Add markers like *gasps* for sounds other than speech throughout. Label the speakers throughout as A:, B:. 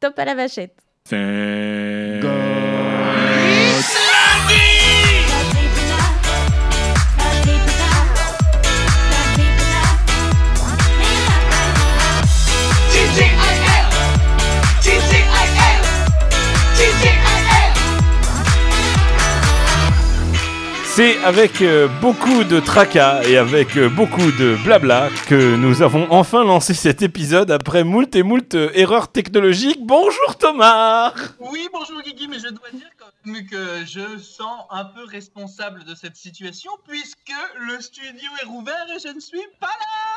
A: Top à la vachette.
B: C'est... C'est avec euh, beaucoup de tracas et avec euh, beaucoup de blabla que nous avons enfin lancé cet épisode après moult et moult euh, erreurs technologiques. Bonjour Thomas
C: Oui, bonjour Guigui, mais je dois dire quand même que je sens un peu responsable de cette situation puisque le studio est rouvert et je ne suis pas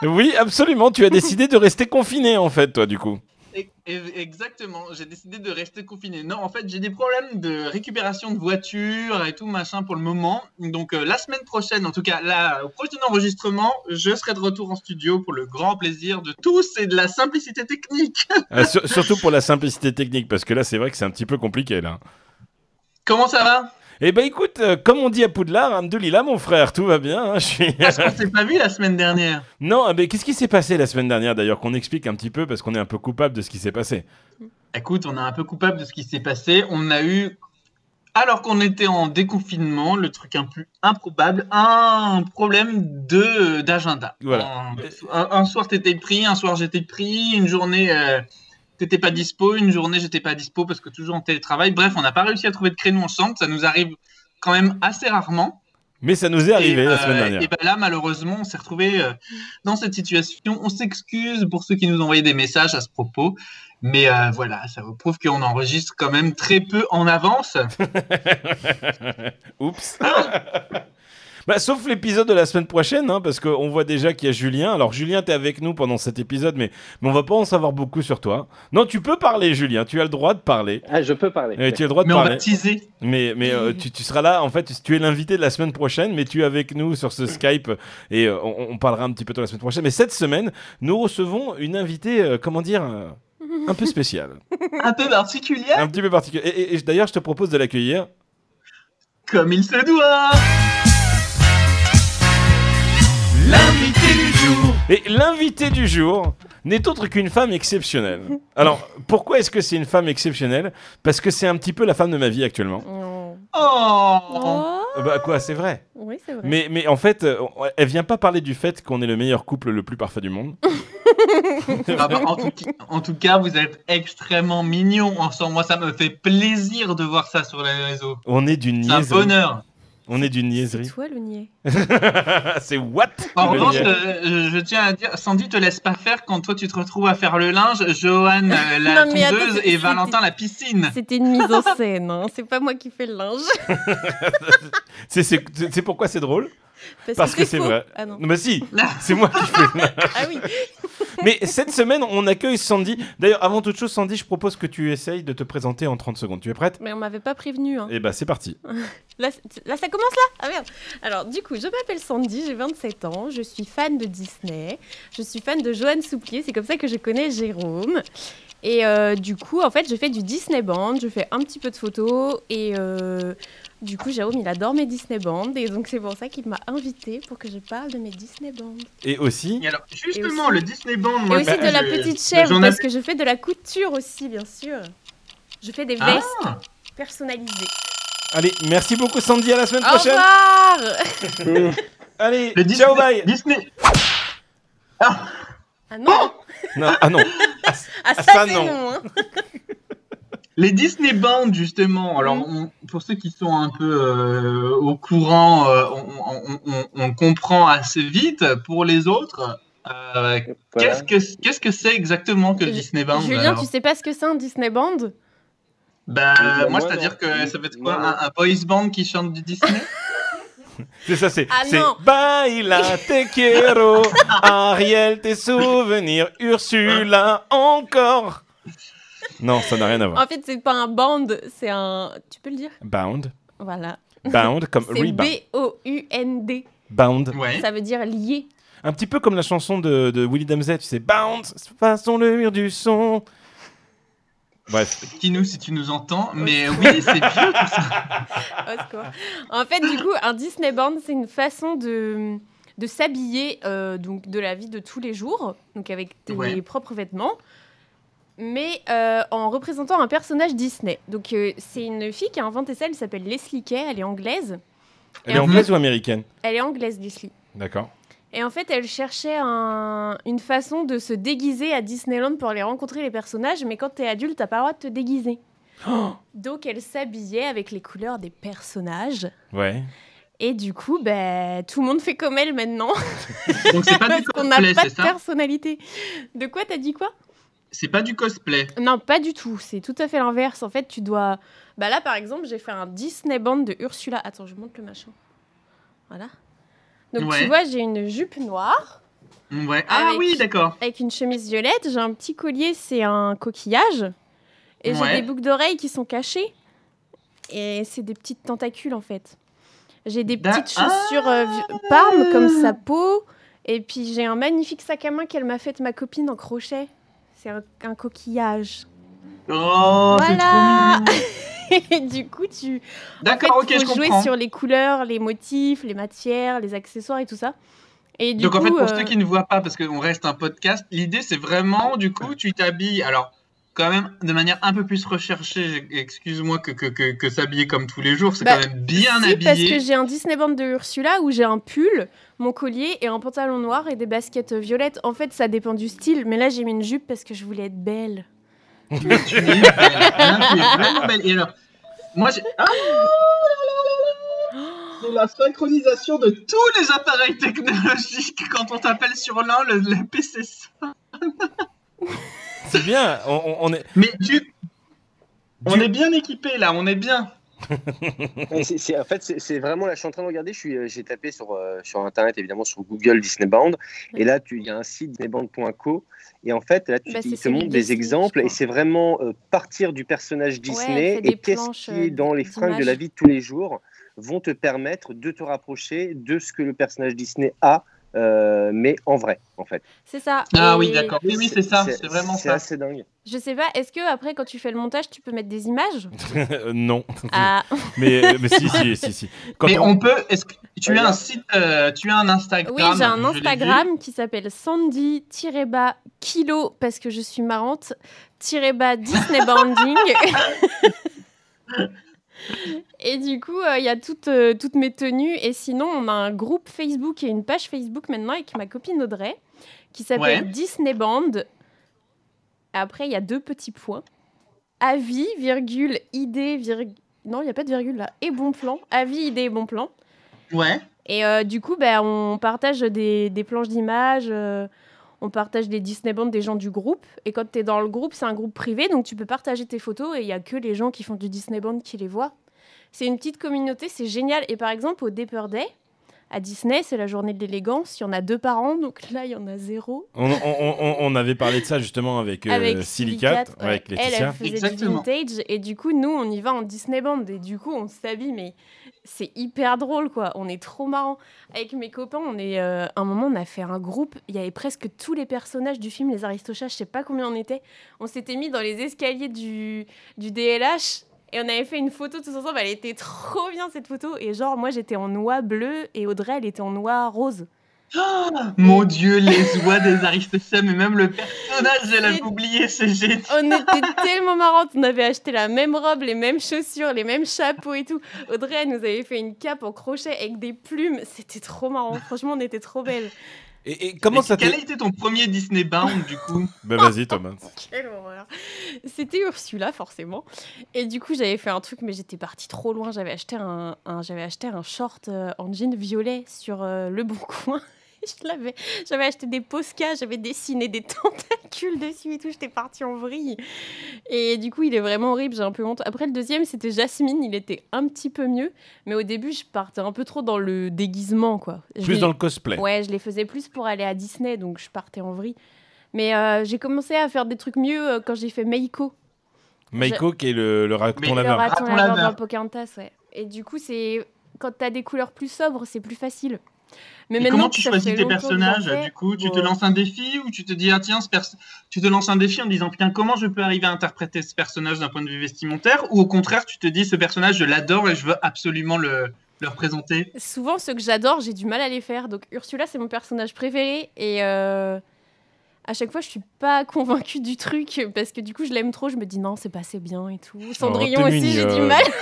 C: là.
B: Oui, absolument, tu as décidé de rester confiné en fait, toi, du coup.
C: E- e- Exactement, j'ai décidé de rester confiné. Non, en fait, j'ai des problèmes de récupération de voiture et tout machin pour le moment. Donc euh, la semaine prochaine, en tout cas, là, au prochain enregistrement, je serai de retour en studio pour le grand plaisir de tous et de la simplicité technique.
B: Euh, sur- surtout pour la simplicité technique, parce que là, c'est vrai que c'est un petit peu compliqué, là.
C: Comment ça va
B: Eh ben écoute, euh, comme on dit à Poudlard, Amdelila, mon frère, tout va bien. hein, je suis... *laughs*
C: Parce qu'on s'est pas vu la semaine dernière.
B: non, mais qu'est-ce qui s'est passé la semaine dernière d'ailleurs Qu'on explique un petit peu, parce qu'on est un peu coupable de ce qui s'est passé.
C: Écoute, on est un peu coupable de ce qui s'est passé. On a eu, alors qu'on était en déconfinement, le truc un peu improbable, un problème de d'agenda.
B: Voilà.
C: Un, un- un soir t'étais pris, un soir j'étais pris, une journée euh, t'étais pas dispo, une journée j'étais pas dispo parce que toujours en télétravail. Bref, on n'a pas réussi à trouver de créneau ensemble. Ça nous arrive quand même assez rarement.
B: Mais ça nous est arrivé
C: Et,
B: la
C: euh,
B: semaine dernière.
C: Et ben là, malheureusement, on s'est retrouvé euh, dans cette situation. On s'excuse pour ceux qui nous envoyaient des messages à ce propos. Mais euh, voilà, ça vous prouve qu'on enregistre quand même très peu en avance.
B: Oups. *laughs* Bah, sauf l'épisode de la semaine prochaine, hein, parce qu'on voit déjà qu'il y a Julien. Alors, Julien, t'es avec nous pendant cet épisode, mais, mais on va pas en savoir beaucoup sur toi. Non, tu peux parler, Julien, tu as le droit de parler.
D: Ah, je peux parler.
B: Euh, tu as le droit de
C: Mais on
B: parler.
C: va teaser.
B: Mais, mais euh, tu, tu seras là, en fait, tu es l'invité de la semaine prochaine, mais tu es avec nous sur ce Skype et euh, on, on parlera un petit peu de toi la semaine prochaine. Mais cette semaine, nous recevons une invitée, euh, comment dire, euh, un peu spéciale,
C: Un peu particulier,
B: un petit peu particulière. Et, et- et d'ailleurs, je te propose de l'accueillir.
C: comme il se doit.
B: Et l'invité du jour n'est autre qu'une femme exceptionnelle. Alors, pourquoi est-ce que c'est une femme exceptionnelle Parce que c'est un petit peu la femme de ma vie actuellement.
A: Oh.
C: Oh,
B: Euh, Bah quoi, c'est vrai.
A: Oui, c'est vrai.
B: Mais, mais en fait, euh, elle vient pas parler du fait qu'on est le meilleur couple le plus parfait du monde.
C: Ah bah, en, tout, en tout cas, vous êtes extrêmement mignons ensemble. Moi, ça me fait plaisir de voir ça sur les réseaux.
B: On est d'une
C: C'est un
B: niaiserie.
C: bonheur.
B: On est d'une
A: C'est
B: niaiserie. Ah,
A: toi le niais.
B: c'est what
C: En
B: Le
C: revanche,
B: lien.
C: euh, je, je tiens à dire, Sandy te laisse pas faire quand toi tu te retrouves à faire le linge, Johan
A: *laughs*
C: euh, la
A: Non, mais attends,
C: tondeuse
A: c'est-
C: et
A: c'est-
C: Valentin la piscine.
A: C'était une mise en scène, hein. c'est pas moi qui fais le linge.
B: C'est- C'est c'est pourquoi c'est drôle
A: Parce,
B: Parce que c'est
A: faux.
B: vrai.
A: Ah non.
B: Mais si, c'est moi qui fais.
A: Ah oui.
B: Mais cette semaine, on accueille Sandy. D'ailleurs, avant toute chose, Sandy, je propose que tu essayes de te présenter en 30 secondes. Tu es prête
A: Mais on m'avait pas prévenu. Hein.
B: Eh bah, c'est parti.
A: Là, c'est- là, ça commence là Ah merde Alors, du coup, je m'appelle Sandy, j'ai 27 ans, je suis fan de Disney, je suis fan de Joanne Souplier, c'est comme ça que je connais Jérôme. Et euh, du coup, en fait, je fais du Disney Band, je fais un petit peu de photos, et euh, du coup, Jérôme, il adore mes Disney Band, et donc c'est pour ça qu'il m'a invitée pour que je parle de mes Disney Band.
B: Et aussi,
C: Et alors, justement,
A: Et aussi-
C: le Disney Band,
A: Et
C: moi,
A: aussi de la
C: je-
A: petite chèvre,
C: j'en ai-
A: parce que je fais de la couture aussi, bien sûr. Je fais des
C: Ah.
A: vestes personnalisées.
B: allez, merci beaucoup, Sandy. À la semaine
A: Au
B: prochaine.
A: revoir
D: Mmh.
B: Allez,
C: le Disney,
B: ciao, bye.
C: Disney.
A: Ah non
B: Non, ah non,
A: Ah
B: Ah,
A: ça,
B: ça,
A: c'est
B: non.
A: non hein.
C: Les Disney Band, justement. Alors,
A: Mhm.
C: on- pour ceux qui sont un peu euh, au courant, euh, on, on- on- on comprend assez vite. Pour les autres, euh,
D: Voilà.
C: qu'est-ce que qu'est-ce que c'est exactement que le
A: Ju-
C: Disney Band
A: Julien,
C: alors
A: tu sais pas ce que c'est un Disney Band
C: Bah,
D: Moi,
C: moi,
D: non.
C: c'est-à-dire que ça va être quoi
D: Moi, non.
C: un, un boys band qui chante du Disney
B: c'est ça, c'est.
A: Ah
B: c'est
A: non.
B: Baila te
A: *laughs*
B: quiero, Ariel tes souvenirs, Ursula encore. Non, ça n'a rien à voir.
A: En fait, c'est pas un band, c'est un. Tu peux le dire
B: Bound,
A: Voilà.
B: bound comme
A: C'est
B: rebound.
A: B-O-U-N-D.
B: Bound.
C: Ouais.
A: Ça veut dire lié.
B: Un petit peu comme la chanson de, de Willy Damsey, tu sais, Bounce, façon le mur du son. Bref,
C: Kinou, si tu nous entends, mais
A: *laughs*
C: oui, c'est vieux.
A: Au
C: *laughs*
A: secours. en fait, du coup, un Disney Band, c'est une façon de, de s'habiller euh, donc de la vie de tous les jours, donc avec tes
C: Ouais.
A: propres vêtements. mais euh, en représentant un personnage Disney. Donc euh, c'est une fille qui a inventé ça, elle s'appelle Leslie Kay, elle est anglaise. Et
B: Elle est
A: en fait-
B: anglaise ou américaine
A: Elle est anglaise, Leslie.
B: D'accord.
A: Et en fait, elle cherchait un- une façon de se déguiser à Disneyland pour aller rencontrer les personnages, mais quand t'es adulte, t'as pas le droit de te
C: *gasps*
A: déguiser. Donc elle s'habillait avec les couleurs des personnages.
B: Ouais.
A: Et du coup, ben, tout le monde fait comme elle maintenant,
C: Donc c'est pas
A: parce
C: du
A: qu'on n'a
C: cosplay,
A: pas
C: Ah, c'est
A: de
C: ça
A: personnalité. De quoi t'as dit quoi
C: C'est pas du cosplay.
A: Non, pas du tout. C'est tout à fait l'inverse. En fait, tu dois. Bah là, par exemple, j'ai fait un Disney Band de Ursula. Attends, je monte le machin. Voilà. Donc tu
C: Ouais.
A: vois, j'ai une jupe noire
C: Ouais. Ah
A: Avec-
C: oui, d'accord.
A: avec une chemise violette. J'ai un petit collier, c'est un coquillage. Et j'ai
C: Ouais.
A: des boucles d'oreilles qui sont cachées. Et c'est des petites tentacules en fait. J'ai des
C: Da- Ah
A: petites chaussures euh, vi- parmes comme sa peau. Et puis j'ai un magnifique sac à main qu'elle m'a fait de ma copine en crochet. C'est un- un coquillage.
C: Oh, c'est
A: Voilà. *laughs*
C: trop mignon.
A: Et du coup, tu
C: D'accord,
A: en fait,
C: ok, je
A: faut jouer
C: comprends.
A: sur les couleurs, les motifs, les matières, les accessoires et tout ça. Et du
C: Donc
A: coup,
C: en fait, pour
A: euh,
C: ceux qui ne voient pas, parce qu'on reste un podcast, l'idée c'est vraiment, du coup, tu t'habilles, alors quand même de manière un peu plus recherchée, excuse-moi, que, que, que, que s'habiller comme tous les jours, c'est
A: Bah,
C: quand même bien
A: si, parce que
C: habillé.
A: j'ai un Disney Band de Ursula où j'ai un pull, mon collier et un pantalon noir et des baskets violettes. En fait, ça dépend du style, mais là j'ai mis une jupe parce que je voulais être belle.
C: Tu es belle. Hein, tu es vraiment belle. Et alors, moi j'ai... Ah, là, là, là, là, là. C'est la synchronisation de tous les appareils technologiques quand on t'appelle sur l'un, le, le PC.
B: C'est bien. On, on- on est. *laughs*
C: Mais tu... On
B: Tu-
C: est bien équipé là, on est bien.
D: Mais c'est- c'est- en fait, c'est- c'est vraiment là. Je suis en train de regarder. Je suis, euh, j'ai tapé sur euh, sur internet évidemment sur Google Disney Band. Et là, tu- il y a un site disneyband.co. Et en fait, là, tu,
A: Bah, c'est
D: il te
A: celui
D: montre
A: des
D: des
A: filles, je
D: exemples.
A: crois.
D: Et c'est vraiment euh, partir du personnage Disney
A: elle fait
D: et
A: des
D: qu'est-ce
A: planches,
D: qui est dans les
A: euh,
D: fringues de
A: d'images.
D: la vie de tous les jours vont te permettre de te rapprocher de ce que le personnage Disney a, euh, mais en vrai, en fait.
A: C'est ça.
C: Ah oui,
A: Et
C: d'accord. Oui, oui, c'est ça, c'est vraiment
D: C'est
C: ça.
D: assez dingue.
A: Je sais pas, est-ce que après quand tu fais le montage, tu peux mettre des images
B: Euh, non.
A: Ah,
B: Mais, mais si, si, si, si. Quand
C: Mais
B: on-
C: on peut. Est-ce que tu as
D: Ah, Regarde.
C: un site, euh, tu as un Instagram
A: Oui, j'ai un
C: je l'ai vu.
A: Instagram qui s'appelle Sandy-Kilo, parce que je suis marrante, -bas
C: *laughs*
A: Disney Banding. *laughs* et du coup, euh, il y a toutes, euh, toutes mes tenues. Et sinon, on a un groupe Facebook et une page Facebook maintenant avec ma copine Audrey, qui s'appelle
C: Ouais.
A: Disney Band. Après, il y a deux petits points. Avis, virgule, idée, virgule... Non, il n'y a pas de virgule là. Et bon plan. Avis, idée et bon plan.
C: Ouais.
A: Et euh, du coup, ben, on partage des, des planches d'images, euh, on partage des Disney Band des gens du groupe. Et quand tu es dans le groupe, c'est un groupe privé, donc tu peux partager tes photos et il y a que les gens qui font du Disney Band qui les voient. C'est une petite communauté, c'est génial. Et par exemple, au Dapper Day, à Disney, c'est la journée de l'élégance. Il y en a deux par an, donc là, il y en a zéro.
B: On, on- on- on- on avait parlé de ça justement avec, euh, Silicate,
A: ouais.
B: avec
A: elle,
B: Laetitia.
A: elle faisait
C: Exactement.
A: du vintage. Et du coup, nous, on y va en Disney Band. Et du coup, on s'habille, mais c'est hyper drôle, quoi. On est trop marrant. Avec mes copains, on est. euh, un moment, on a fait un groupe. Il y avait presque tous les personnages du film, les Aristochats, je sais pas combien on était. On s'était mis dans les escaliers du, du DLH. Et on avait fait une photo tous ensemble, elle était trop bien cette photo. Et genre, moi j'étais en noix bleue et Audrey elle était en noix rose.
C: Mon Dieu, les oies des Aristochats, mais même le personnage, elle
A: Et-
C: a oublié, c'est génial.
A: On était Oh tellement marrantes, on avait acheté la même robe, les mêmes chaussures, les mêmes chapeaux et tout. Audrey, elle nous avait fait une cape en crochet avec des plumes, c'était trop marrant, franchement on était trop belles.
B: Et, et comment
C: Et
B: ça
C: Quel a
B: t'est.
C: été ton premier Disney Bound du coup
B: Bah vas-y Thomas.
A: Quelle horreur. C'était Ursula forcément. Et du coup j'avais fait un truc mais j'étais partie trop loin, j'avais acheté un, un- j'avais acheté un short euh, en jean violet sur euh, le bon coin. *laughs* Je l'avais, j'avais acheté des posca, j'avais dessiné des *laughs* tentacules dessus et tout, j'étais partie en vrille. Et du coup, il est vraiment horrible, j'ai un peu honte. Après, le deuxième, c'était Jasmine, il était un petit peu mieux, mais au début, je partais un peu trop dans le déguisement, quoi. Je
B: Plus
A: l'ai-
B: dans le cosplay.
A: Ouais, je les faisais plus pour aller à Disney, donc je partais en vrille. Mais euh, j'ai commencé à faire des trucs mieux euh, quand j'ai fait Meiko,
B: Maiko qui est le, le raton
C: Mais le
A: le
B: laveur.
A: raton
C: Raton
A: laveur
C: laveur.
A: dans Pocahontas, ouais. Et du coup, c'est quand t'as des couleurs plus sobres, c'est plus facile. Mais
C: Et Comment tu
A: ça
C: choisis
A: fait
C: tes
A: longtemps que j'en
C: personnages
A: fais,
C: Du coup, tu
A: bon,
C: te lances un défi ou tu te dis ah tiens, ce pers- tu te lances un défi en disant putain comment je peux arriver à interpréter ce personnage d'un point de vue vestimentaire Ou au contraire, tu te dis ce personnage je l'adore et je veux absolument le le représenter
A: Souvent, ceux que j'adore, j'ai du mal à les faire. Donc Ursula, c'est mon personnage préféré. Et euh, à chaque fois, je suis pas *laughs* convaincue du truc parce que du coup, je l'aime trop. Je me dis non, c'est pas assez bien et tout. Cendrillon
B: Oh, t'es
A: aussi, j'ai du
B: mignonne.
A: mal *laughs*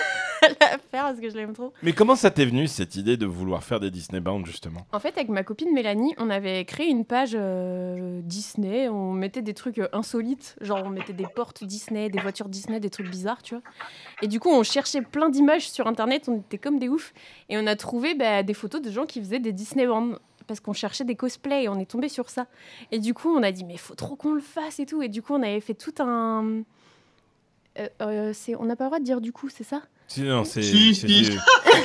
A: à la faire parce que je l'aime trop.
B: Mais comment ça t'est venu cette idée de vouloir faire des Disney Bound justement
A: En fait, avec ma copine Mélanie, on avait créé une page euh, Disney. On mettait des trucs euh, insolites, genre on mettait des portes Disney, des voitures Disney, des trucs bizarres, tu vois. Et du coup, on cherchait plein d'images sur Internet. On était comme des oufs et on a trouvé bah, des photos de gens qui faisaient des Disney Bound parce qu'on cherchait des cosplays et on est tombé sur ça. Et du coup, on a dit mais faut trop qu'on le fasse et tout. Et du coup, on avait fait tout un. Euh, euh, c'est- on n'a pas le droit de dire du coup, c'est ça
B: Si, non, c'est.
C: Si,
B: c'est
C: si.
B: du-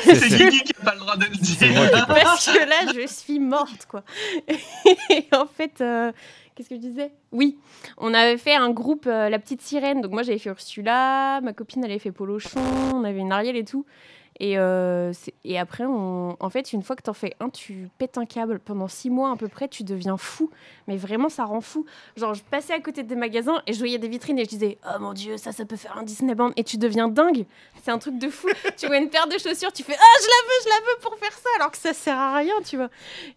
B: c'est-
C: C'est
B: c'est-
C: Guigui qui n'a pas le droit de le
B: c'est moi
C: dire.
B: qui ai pas-
A: *laughs* Parce que là, je suis morte, quoi. *laughs* Et en fait, euh, qu'est-ce que je disais Oui, on avait fait un groupe, euh, La Petite Sirène. Donc moi, j'avais fait Ursula, ma copine, elle avait fait Polochon, on avait une Ariel et tout. Et, euh, c'est- et après, on... en fait, une fois que t'en fais un, tu pètes un câble. Pendant six mois à peu près, tu deviens fou. Mais vraiment, ça rend fou. Genre, je passais à côté des magasins et je voyais des vitrines et je disais Oh mon dieu, ça, ça peut faire un Disney Band. Et tu deviens dingue. C'est un truc de
B: *laughs*
A: fou. tu vois une paire de chaussures, tu fais Ah, je la veux, je la veux pour faire ça, alors que ça sert à rien, tu vois.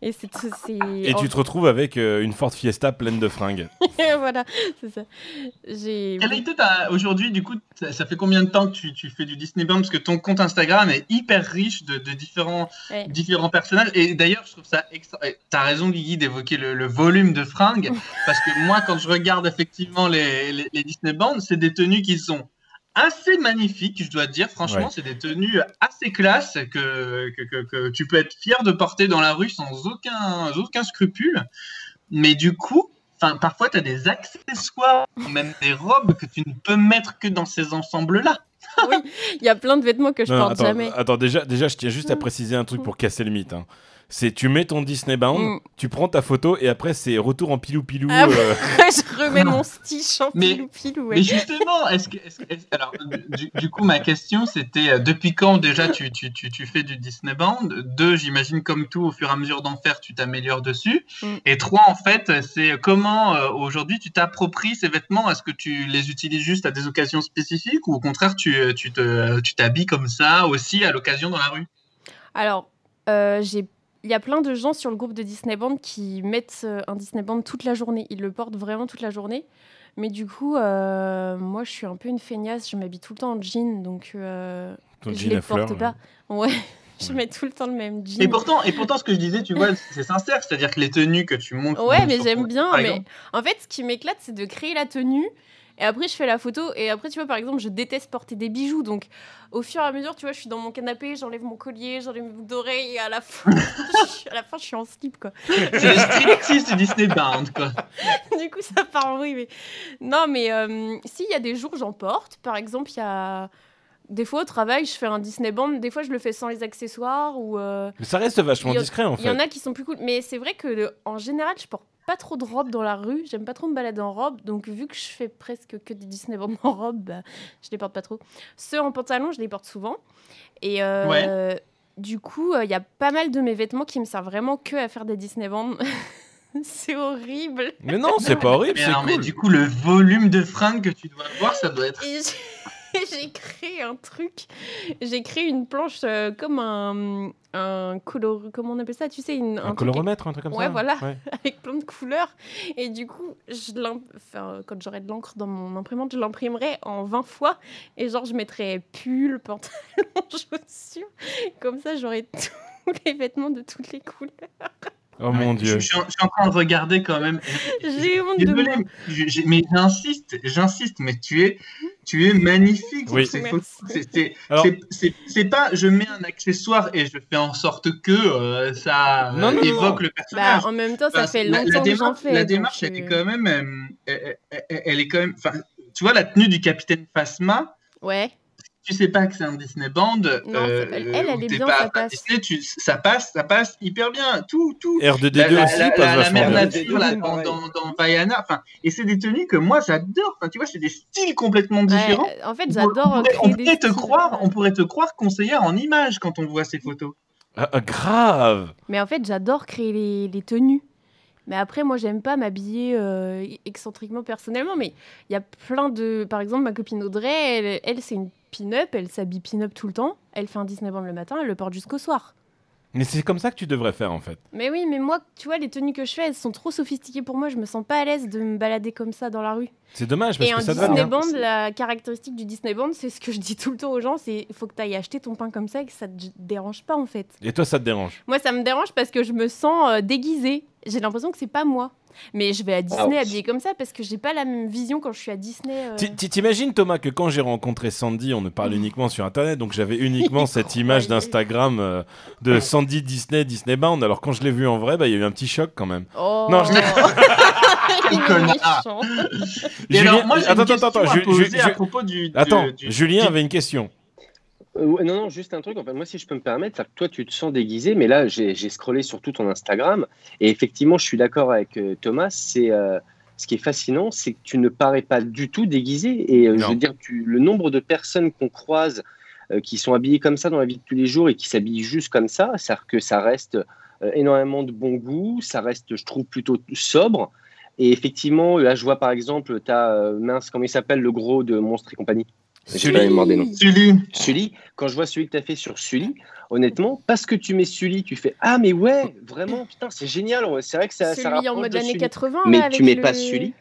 A: Et c'est. c'est-
B: Et tu te retrouves avec euh, une Ford Fiesta pleine de fringues.
A: *laughs* voilà, c'est ça. J'ai.
C: *laughs* Quelle a été ta- Aujourd'hui, du coup, ça, ça fait combien de temps que tu, tu fais du Disney Band Parce que ton compte Instagram est hyper riche de, de différents,
A: Ouais.
C: différents personnages. Et d'ailleurs, je trouve ça extra. et T'as raison, Guigui, d'évoquer le, le volume de fringues. parce que moi, quand je regarde effectivement les, les- les Disney Band, c'est des tenues qui sont assez magnifiques, je dois dire. Franchement,
B: Ouais.
C: c'est des tenues assez classe que, que, que- que tu peux être fier de porter dans la rue sans aucun, aucun scrupule. Mais du coup, Enfin, parfois, tu as des accessoires, ou même des robes que tu ne peux mettre que dans ces ensembles-là.
A: Il y a plein de vêtements que je
B: Non,
A: porte
B: attends,
A: *laughs*
B: euh,
A: jamais.
B: attends, déjà, déjà, je tiens juste à
A: Mm.
B: préciser un truc
A: Mm.
B: pour casser le mythe. hein. C'est tu mets ton Disney Bound,
A: Mm.
B: tu prends ta photo et après c'est retour en pilou pilou.
A: Ah oui.
B: euh, *laughs*
A: je remets mon stitch en
C: Mais-
A: pilou pilou.
C: Mais justement, est-ce que. est-ce que- est-ce- alors, du, du coup, ma question, c'était euh, depuis quand déjà tu, tu, tu, tu fais du Disney Band Deux, j'imagine, comme tout, au fur et à mesure d'en faire, tu t'améliores dessus.
A: Mm.
C: Et trois, en fait, c'est comment euh, aujourd'hui tu t'appropries ces vêtements Est-ce que tu les utilises juste à des occasions spécifiques ou au contraire, tu, euh, tu te- tu t'habilles comme ça aussi à l'occasion dans la rue
A: Alors, euh, j'ai- il y a plein de gens sur le groupe de Disney Band qui mettent euh, un Disney Band toute la journée. Ils le portent vraiment toute la journée. Mais du coup, euh, moi, je suis un peu une feignasse. Je m'habille tout le temps en jean, donc euh,
B: ton
A: je
B: jean
A: les
B: à fleurs,
A: porte
B: là.
A: pas. Ouais, *laughs* je
B: Ouais.
A: mets tout le temps le même jean.
C: Et pourtant, et pourtant, ce que je disais, tu vois, c'est sincère, c'est-à-dire que les tenues que tu montes.
A: Ouais,
C: sur-
A: mais
C: sur-
A: j'aime bien.
C: par
A: Mais
C: exemple.
A: en fait, ce qui m'éclate, c'est de créer la tenue. Et après, je fais la photo. Et après, tu vois, par exemple, je déteste porter des bijoux. Donc, au fur et à mesure, tu vois, je suis dans mon canapé, j'enlève mon collier, j'enlève mes boucles d'oreilles. Et à la fin, *laughs* je- à la fin, je suis en slip, quoi.
C: C'est le striptease du Disney Bound, quoi.
A: *laughs* du coup, ça part en vrille. Mais... Non, mais euh, si, il y a des jours, j'en porte. Par exemple, il y a. Des fois, au travail, je fais un Disney Band. Des fois, je le fais sans les accessoires. Ou. euh,
B: Mais ça reste vachement
A: Il y en-
B: discret en
A: Il y
B: fait.
A: en a qui sont plus cool, mais c'est vrai que le- en général, je porte pas trop de robe dans la rue. J'aime pas trop me balader en robe, donc vu que je fais presque que des Disney Band en robe, bah, je les porte pas trop. Ceux en pantalon, je les porte souvent. Et euh, du coup, euh, il y a pas mal de mes vêtements qui me servent vraiment que à faire des Disney Band. *laughs* c'est horrible.
B: Mais non,
A: *laughs*
B: c'est pas horrible,
C: Mais
B: c'est
C: alors, mais
B: cool.
C: du coup, le volume de fringues que tu dois avoir, ça doit être.
A: Et j'ai- *laughs* j'ai créé un truc. J'ai créé une planche euh, comme un, un color, comment on appelle ça, tu sais, une,
B: Un
A: truc
B: coloromètre, un truc comme ça.
A: Ouais, voilà.
B: Ouais.
A: avec plein de couleurs. Et du coup, je l'im- enfin, quand j'aurai de l'encre dans mon imprimante, je l'imprimerai en 20 fois. Et genre, je mettrai pull, pantalon, *laughs* chaussures. Comme ça, j'aurai *laughs* tous les vêtements de toutes les couleurs.
B: Oh mon
C: Je,
B: dieu.
C: je suis en je suis en train de regarder quand même.
A: *laughs* J'ai honte de
C: Désolé,
A: moi.
C: je- j'ai- mais j'insiste, j'insiste, mais tu es, tu es magnifique.
B: Oui.
C: C'est
A: Merci.
C: c'est- c'est-
B: Alors-
C: c'est- c'est- c'est pas je mets un accessoire et je fais en sorte que euh, ça
B: Non, non, non,
C: évoque
B: non.
C: le
A: Bah,
C: personnage.
A: en même temps, ça
C: Enfin,
A: fait
C: la- la,
A: longtemps que j'en
C: démarche,
A: fais.
C: la
A: donc,
C: démarche, elle
A: euh,
C: est quand même. euh, elle, elle- elle est quand même. enfin, Tu vois, la tenue du capitaine Phasma,
A: Ouais.
C: tu sais pas que c'est un Disney Band. euh,
A: Non, c'est pas- elle, elle
C: ou
A: est
C: t'es
A: bien,
C: pas-
A: ça passe.
C: Disney, tu- ça passe. Ça passe hyper bien. Tout, tout. La,
B: R2D2
C: la,
B: aussi
C: la,
B: passe
C: la, la
B: vachement
C: mère
B: bien.
C: nature là, dans, dans, dans Vaiana, enfin, et c'est des tenues que moi j'adore. Enfin, tu vois, c'est des styles complètement
A: Ouais,
C: différents.
A: en fait,
C: on
A: j'adore.
C: pourrait,
A: créer
C: on
A: des
C: pourrait te
A: styles.
C: croire, on pourrait te croire conseillère en images quand on voit ces photos.
B: Ah, ah, grave.
A: Mais en fait, j'adore créer les, les tenues. Mais après, moi, j'aime pas m'habiller euh, excentriquement personnellement. Mais il y a plein de. Par exemple, ma copine Audrey, elle, elle, c'est une pin-up. Elle s'habille pin-up tout le temps. Elle fait un Disney Band le matin. Elle le porte jusqu'au soir.
B: Mais c'est comme ça que tu devrais faire en fait.
A: Mais oui, mais moi, tu vois, les tenues que je fais, elles sont trop sophistiquées pour moi. Je me sens pas à l'aise de me balader comme ça dans la rue.
B: C'est dommage parce
A: Et
B: que
A: un
B: ça te va hein.
A: Disney
B: bien.
A: Band, la caractéristique du Disney Band, c'est ce que je dis tout le temps aux gens, c'est il faut que tu ailles acheter ton pain comme ça et que ça te dérange pas en fait.
B: Et toi, ça te dérange.
A: Moi, ça me dérange parce que je me sens euh, déguisée. J'ai l'impression que c'est pas moi. Mais je vais à Disney
D: ouais.
A: habillée comme ça parce que j'ai pas la même vision quand je suis à Disney. euh.
B: Ti- ti- T'imagines, Thomas, que quand j'ai rencontré Sandy, on ne
A: Mm.
B: parle uniquement sur Internet, donc j'avais
A: *laughs*
B: uniquement cette image d'Instagram euh, de Sandy Disney, Disney Bound. Alors quand je l'ai vue en vrai, bah, il y a eu un petit choc quand même.
A: Oh.
B: Non, je
A: *laughs* Il est
C: connard.
A: méchant.
C: Et alors, moi, j'ai
B: attends,
C: une question
B: attends, attends,
C: à
B: Ju-
C: poser
B: Ju-
C: à
B: Ju-
C: propos du. du-
B: attends,
C: du-
B: Julien avait une question.
D: Euh, ouais, non, non, juste un truc. En fait, moi, si je peux me permettre, c'est-à-dire que toi, tu te sens déguisé, mais là, j'ai j'ai scrollé sur tout ton Instagram. Et effectivement, je suis d'accord avec euh, Thomas. C'est euh, ce qui est fascinant, c'est que tu ne parais pas du tout déguisé. Et euh, je
B: Non.
D: veux dire, tu, le nombre de personnes qu'on croise euh, qui sont habillées comme ça dans la vie de tous les jours et qui s'habillent juste comme ça, c'est-à-dire que ça reste euh, énormément de bon goût. Ça reste, je trouve, plutôt sobre. Et effectivement, là, je vois par exemple, tu as, mince, comment il s'appelle, le gros de Monstres et compagnie. J'ai
B: Sully.
D: pas la mémoire des noms.
C: Sully.
D: Sully, quand je vois celui que tu as fait sur Sully, honnêtement, parce que tu mets Sully, tu fais Ah, mais ouais, vraiment, putain, c'est génial, ouais, c'est vrai que ça. ça
A: Celui en
D: rapproche
A: mode
D: de
A: années
D: Sully.
A: 80. là,
D: Mais
A: avec
D: tu mets
A: le-
D: pas Sully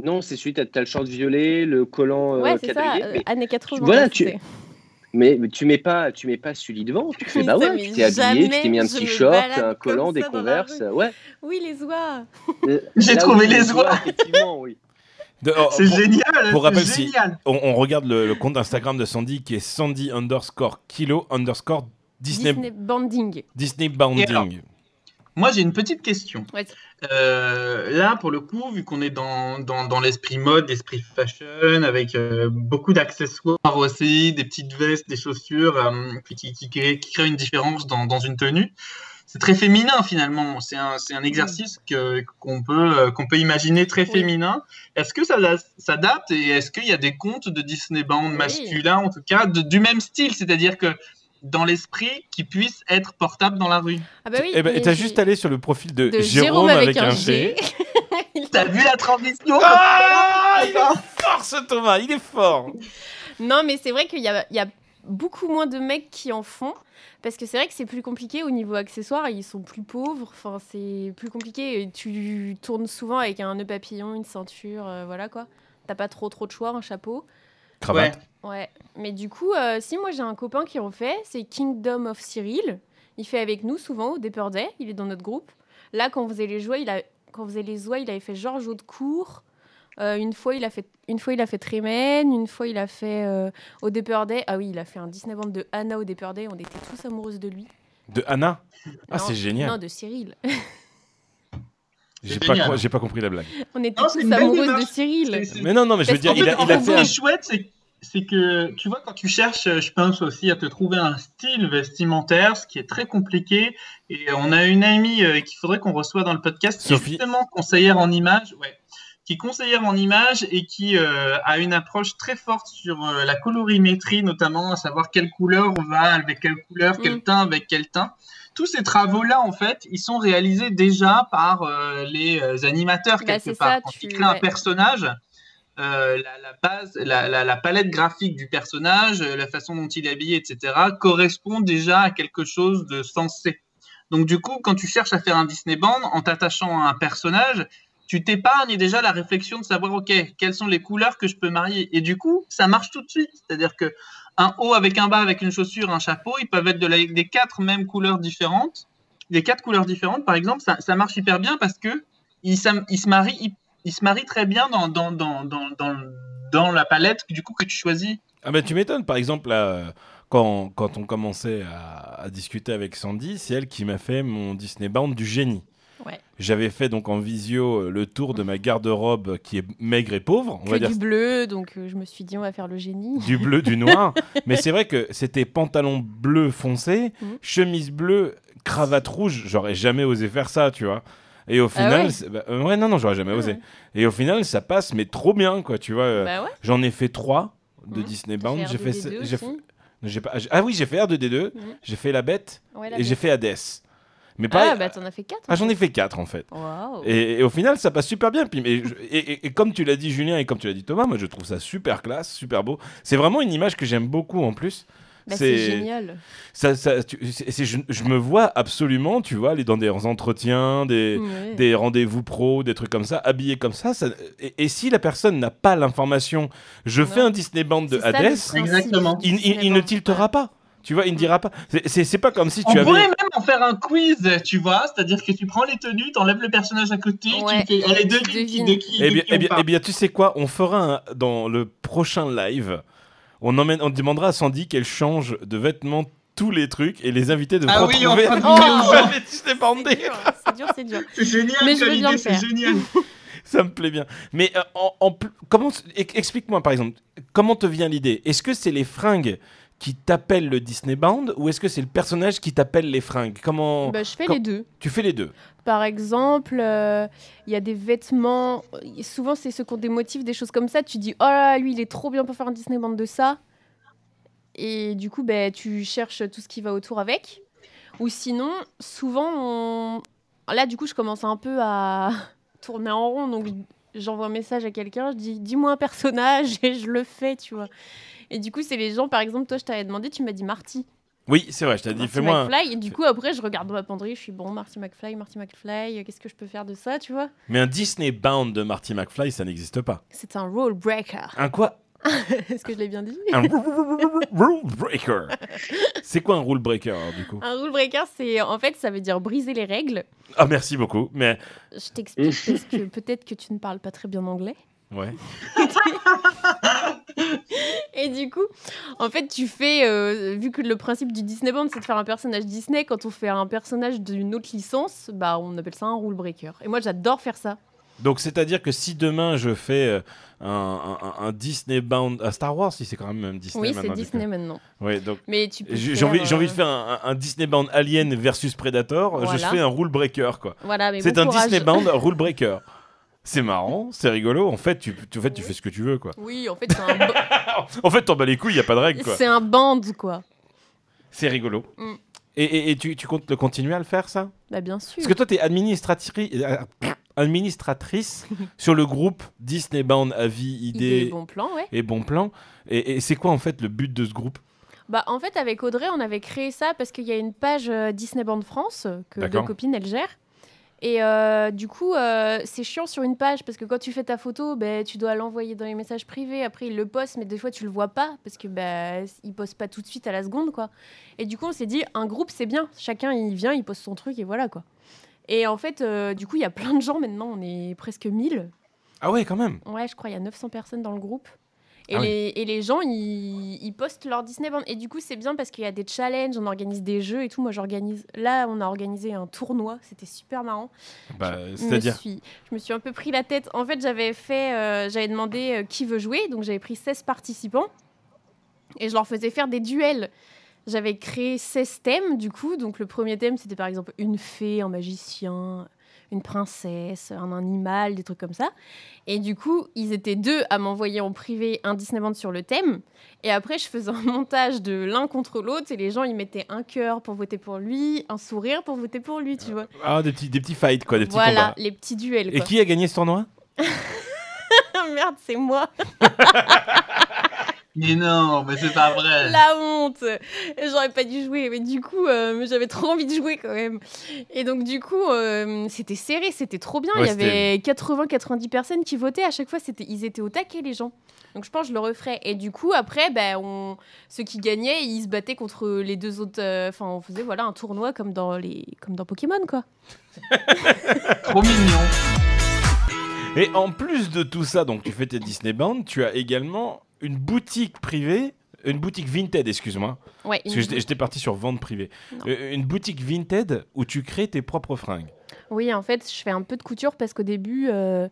D: Non, c'est celui, tu as, le short violet, le collant euh,
A: Ouais, c'est ça,
D: quadrillé,
A: euh,
D: mais,
A: années 80.
D: Voilà,
A: là,
D: tu-
A: c'était.
D: mais- mais tu mets pas tu mets pas Sully devant, tu fais
A: Mais *laughs*
D: Bah
A: ça,
D: ouais,
A: mais
D: tu t'es habillé, tu t'es mis un
A: jamais je me
D: petit short,
A: balade
D: un collant,
A: comme
D: des
A: ça dans la
D: converses,
C: *laughs*
D: ouais.
A: Oui, les oies.
D: Euh,
C: J'ai
D: là
C: trouvé
D: où tu
C: les oies.
D: Effectivement, oui.
B: De- oh,
C: C'est
B: pour-
C: génial.
B: pour
C: c'est
B: rappel, si-
C: génial.
B: on, on regarde le, le compte Instagram de Sandy qui est Sandy underscore kilo underscore Disney,
A: Disney Banding.
B: Disney
C: Et alors
B: Bounding.
C: Moi, j'ai une petite question.
A: Ouais.
C: Euh, là, pour le coup, vu qu'on est dans, dans, dans l'esprit mode, l'esprit fashion, avec euh, beaucoup d'accessoires aussi, des petites vestes, des chaussures, euh, qui, qui, qui créent, qui créent une différence dans, dans une tenue, c'est très féminin finalement. C'est un, c'est un exercice que, qu'on, peut, euh, qu'on peut imaginer très
A: Mm. Oui.
C: féminin. Est-ce que ça la- s'adapte et est-ce qu'il y a des contes de Disney Band
A: Oui.
C: masculins, en tout cas, de- du même style C'est-à-dire que dans l'esprit, qui puisse être portable dans la rue.
A: Ah bah oui.
B: Eh ben,
A: mais
B: t'as
A: j'ai-
B: juste allé sur le profil de,
A: de
B: Jérôme, avec, un G.
A: *laughs*
C: T'as vu la transition
B: Ah, il est fort ce Thomas, il est fort.
A: Non, mais c'est vrai qu'il y a, il y a beaucoup moins de mecs qui en font. Parce que c'est vrai que c'est plus compliqué au niveau accessoires. Ils sont plus pauvres. Enfin, c'est plus compliqué. Et tu tournes souvent avec un nœud papillon, une ceinture. euh, voilà quoi. T'as pas trop trop de choix, un chapeau.
B: Cravate.
A: Ouais. Mais du coup, euh, si moi j'ai un copain qui en fait, c'est Kingdom of Cyril. Il fait avec nous souvent au Dapper Day. Il est dans notre groupe. Là, quand on faisait les joies, il a... quand on faisait les oies, il avait fait Georges Audecourt. Euh, une fois, il a fait, une fois, il a fait Trémène. Une fois, il a fait euh, au Dapper Day. Ah oui, il a fait un Disney Band de Anna au Dapper Day. On était tous amoureuses de lui.
B: De Anna Ah,
A: Non,
B: c'est génial.
A: Non, de Cyril. *laughs*
B: J'ai
C: C'est
B: pas,
C: génial.
B: co- j'ai pas compris la blague.
A: On était
C: Non, c'est une
A: tous
C: belle
A: amoureuses
C: démarche.
A: de Cyril.
C: C'est-
B: Mais non, non, mais je veux
A: Parce
B: dire,
A: qu'en
B: il a,
A: fait,
B: il a
A: en
B: fait
A: gros,
B: un.
C: Ce qui est chouette, c'est c'est que tu vois quand tu cherches, euh, je pense aussi à te trouver un style vestimentaire, ce qui est très compliqué. Et on a une amie euh, qu'il faudrait qu'on reçoive dans le podcast, qui est
B: Sophie.
C: justement conseillère en images, ouais, qui est conseillère en images et qui euh, a une approche très forte sur euh, la colorimétrie, notamment à savoir quelle couleur on va avec quelle couleur, quel
A: Mm.
C: teint avec quel teint. Tous ces travaux-là, en fait, ils sont réalisés déjà par euh, les euh, animateurs
A: Bah,
C: quelque
A: c'est
C: part.
A: ça,
C: Quand
A: tu-
C: ils créent un
A: ouais.
C: personnage, euh, la, la base, la, la- la palette graphique du personnage, euh, la façon dont il est habillé, etc., correspond déjà à quelque chose de sensé. Donc du coup, quand tu cherches à faire un Disney Band, en t'attachant à un personnage, tu t'épargnes déjà la réflexion de savoir, ok, quelles sont les couleurs que je peux marier. Et du coup, ça marche tout de suite. C'est-à-dire que un haut avec un bas, avec une chaussure, un chapeau, ils peuvent être de la- des quatre mêmes couleurs différentes. Les quatre couleurs différentes, par exemple, ça, ça marche hyper bien parce que ils, s'am- ils se marient hyper il se marie très bien dans, dans, dans, dans, dans, dans la palette du coup que tu choisis.
B: Ah, bah tu m'étonnes, par exemple, là, euh, quand, quand on commençait à, à discuter avec Sandy, c'est elle qui m'a fait mon Disney Bound du génie.
A: Ouais.
B: J'avais fait donc en visio euh, le tour de ma garde-robe qui est maigre et pauvre, on
A: Que
B: va dire
A: du bleu, donc euh, je me suis dit on va faire le génie.
B: du bleu, du noir. *laughs* Mais c'est vrai que c'était pantalon bleu foncé,
A: Mhm.
B: chemise bleue, cravate rouge. J'aurais jamais osé faire ça, tu vois. Et au final,
A: Ah ouais
B: c'est- bah, euh, ouais, non, non, j'aurais jamais
A: Ah
B: osé.
A: ouais.
B: Et au final, ça passe, mais trop bien, quoi, tu vois. euh,
A: Bah ouais.
B: J'en ai fait trois de
A: Mhm.
B: Disney
A: t'as
B: Bound. J'ai fait,
A: R2D2
B: j'ai
A: aussi.
B: fait- j'ai pas, ah, j'ai- ah oui, j'ai fait R2D2,
A: Mhm.
B: j'ai fait La Bête
A: Ouais, la
B: et j'ai
A: bête.
B: fait Hades. Mais pas.
A: Ah bah t'en as fait 4.
B: ah, j'en ai fait quatre en fait.
A: Waouh.
B: Et, et au final, ça passe super bien. Puis, mais je- et, et- et comme tu l'as dit, Julien, et comme tu l'as dit, Thomas, moi, je trouve ça super classe, super beau. C'est vraiment une image que j'aime beaucoup en plus.
A: Bah, c'est génial.
B: ça, ça- tu- c'est- c'est- je, je me vois absolument, tu vois, aller dans des entretiens, des,
A: Ouais.
B: des rendez-vous pro, des trucs comme ça, habillé comme ça. ça- et, et si la personne n'a pas l'information, je fais un Disney Band de
A: C'est ça, le
B: Hades,
A: principe
C: Exactement.
A: du
B: il, il- il
A: cinéma.
B: ne tiltera pas. Tu vois, il ne dira pas. C'est- C'est c'est pas comme si
C: On
B: tu
C: pourrait
B: avais.
C: même en faire un quiz, tu vois, c'est-à-dire que tu prends les tenues, t'enlèves le personnage à côté,
A: Ouais,
C: tu fais ah, les deux
A: tu
C: qui, qui-
A: devines.
C: de qui,
B: Eh
C: de
B: bien,
C: qui
B: eh
C: on
B: bien,
C: parle.
B: eh bien, tu sais quoi On fera un- dans le prochain live. On, emmène, on demandera à Sandy qu'elle change de vêtements tous les trucs et les invités devront
C: Ah oui, on
B: trouver *laughs*
C: fera
A: Oh.
B: pourquoi les Disney
A: C'est
B: bandés.
A: dur, c'est dur, c'est dur.
C: C'est génial,
A: Mais je
C: comme
A: veux bien
C: idée,
A: le
C: c'est
A: faire.
C: génial.
B: Ça me plaît bien. Mais euh, en, en pl- comment s- e- explique-moi par exemple, comment te vient l'idée Est-ce que c'est les fringues qui t'appellent le Disney Band ou est-ce que c'est le personnage qui t'appelle les fringues Comment
A: Bah, je fais
B: Quand-
A: les deux.
B: tu fais les deux
A: Par exemple, euh, il y a des vêtements. euh, Souvent, c'est ceux qui ont des motifs, des choses comme ça. Tu dis, oh là, là, lui, il est trop bien pour faire un Disney Band de ça. Et du coup, ben, tu cherches tout ce qui va autour avec. Ou sinon, souvent, on- là, du coup, je commence un peu à *laughs* tourner en rond. Donc, j'envoie un message à quelqu'un. Je dis, dis-moi un personnage *laughs* et je le fais, tu vois. Et du coup, c'est les gens, par exemple, toi, je t'avais demandé, tu m'as dit Marty.
B: Oui, c'est vrai. Je t'ai dit,
A: Marty
B: fais-moi. un-
A: McFly. Et du coup, après, je regarde dans ma penderie, je suis bon, Marty McFly, Marty McFly, euh, qu'est-ce que je peux faire de ça, tu vois
B: Mais un Disney Bound de Marty McFly, ça n'existe pas.
A: C'est un rule breaker.
B: Un quoi
A: *laughs* Est-ce que je l'ai bien dit
B: Un rule breaker. C'est quoi un rule breaker alors, du coup
A: Un rule breaker, c'est en fait, ça veut dire briser les règles.
B: Ah merci beaucoup. Mais
A: Je *laughs* t'explique parce que peut-être que tu ne parles pas très bien anglais.
B: ouais.
A: Et du coup, en fait, tu fais, euh, vu que le principe du Disney Band, c'est de faire un personnage Disney, quand on fait un personnage d'une autre licence, bah on appelle ça un rule breaker. Et moi, j'adore faire ça.
B: Donc c'est-à-dire que si demain je fais euh, un, un- un Disney Bound à Star Wars, si c'est quand même même Disney
A: oui, c'est
B: maintenant, du coup.
A: Disney maintenant.
B: Ouais, donc
A: Mais tu peux.
B: J'ai j'ai
A: faire,
B: envie, j'ai envie de
A: euh,
B: faire un, un- un Disney Bound Alien versus Predator. Je
A: Voilà.
B: fais un Rule Breaker, quoi.
A: Voilà, mais
B: C'est
A: bon
B: un
A: courage.
B: Disney
A: *laughs*
B: Bound Rule Breaker. C'est marrant, c'est rigolo. En fait, tu, tu- en fait, tu
A: Oui.
B: fais ce que tu veux, quoi.
A: Oui, en fait, c'est un, bo-
B: En fait, t'en bats les couilles, y a pas de règle, quoi.
A: c'est un band, quoi.
B: C'est rigolo.
A: Mm.
B: Et, et- et tu, tu comptes le continuer à le faire, ça
A: Bah, bien sûr.
B: Parce que toi, t'es administratri- euh, *coughs*
A: *laughs*
B: administratrice sur le groupe Disney Bound Avis, Idées
A: Idée, bon plan, ouais.
B: et Bon Plan. Et, et c'est quoi, en fait, le but de ce groupe
A: Bah, en fait, avec Audrey, on avait créé ça parce qu'il y a une page euh, Disney Band France euh, que deux
B: D'accord.
A: copines, elles gèrent. Et euh, du coup, euh, c'est chiant sur une page parce que quand tu fais ta photo, ben tu dois l'envoyer dans les messages privés. Après, ils le postent, mais des fois, tu le vois pas parce que ben ils postent pas tout de suite à la seconde, quoi. Et du coup, on s'est dit, un groupe, c'est bien. Chacun, il vient, il poste son truc et voilà, quoi. Et en fait, euh, du coup, il y a plein de gens maintenant. On est presque 1000.
B: Ah ouais, quand même.
A: Ouais, je crois il y a 900 personnes dans le groupe. Et,
B: Ah oui.
A: les, et les gens, ils, ils postent leur Disney Band. Et du coup, c'est bien parce qu'il y a des challenges, on organise des jeux et tout. Moi, j'organise. Là, on a organisé un tournoi. C'était super marrant.
B: Bah,
A: Je me
B: C'est-à-dire
A: suis- Je me suis un peu pris la tête. En fait, j'avais fait, euh, j'avais demandé euh, qui veut jouer. Donc, j'avais pris 16 participants et je leur faisais faire des duels. J'avais créé 16 thèmes, du coup. Donc, le premier thème, c'était par exemple une fée, un magicien, une princesse, un animal, des trucs comme ça. Et du coup, ils étaient deux à m'envoyer en privé un Disney Band sur le thème. Et après, je faisais un *laughs* montage de l'un contre l'autre. Et les gens, ils mettaient un cœur pour voter pour lui, un sourire pour voter pour lui, tu vois.
B: ah, des, petits, des petits fights, quoi, des petits
A: Voilà,
B: combats.
A: les petits duels.
B: Et
A: quoi.
B: qui a gagné ce tournoi
A: *laughs* Ah, merde, c'est moi.
C: Mais non, mais c'est pas
B: Euh.
C: vrai.
A: La honte. J'aurais pas dû jouer, mais du coup, euh, j'avais trop envie de jouer quand même. Et donc, du coup, euh, c'était serré, c'était trop bien. Il
B: Ouais,
A: y avait 80-90 personnes qui votaient. À chaque fois, c'était, ils étaient au taquet, les gens. Donc, je pense que je le referais. Et du coup, après, ben, on... ceux qui gagnaient, ils se battaient contre les deux autres. euh, Enfin, on faisait voilà, un tournoi comme dans, les... comme dans Pokémon, quoi.
C: Trop mignon.
B: Et en plus de tout ça, donc tu fais tes Disney Band, tu as également une boutique privée, une boutique Vinted, excuse-moi,
A: Ouais,
B: parce
A: une-
B: que j'étais- j'étais parti sur vente privée.
A: Non.
B: Euh, Une boutique Vinted où tu crées tes propres fringues.
A: Oui, en fait, je fais un peu de couture parce qu'au début, euh,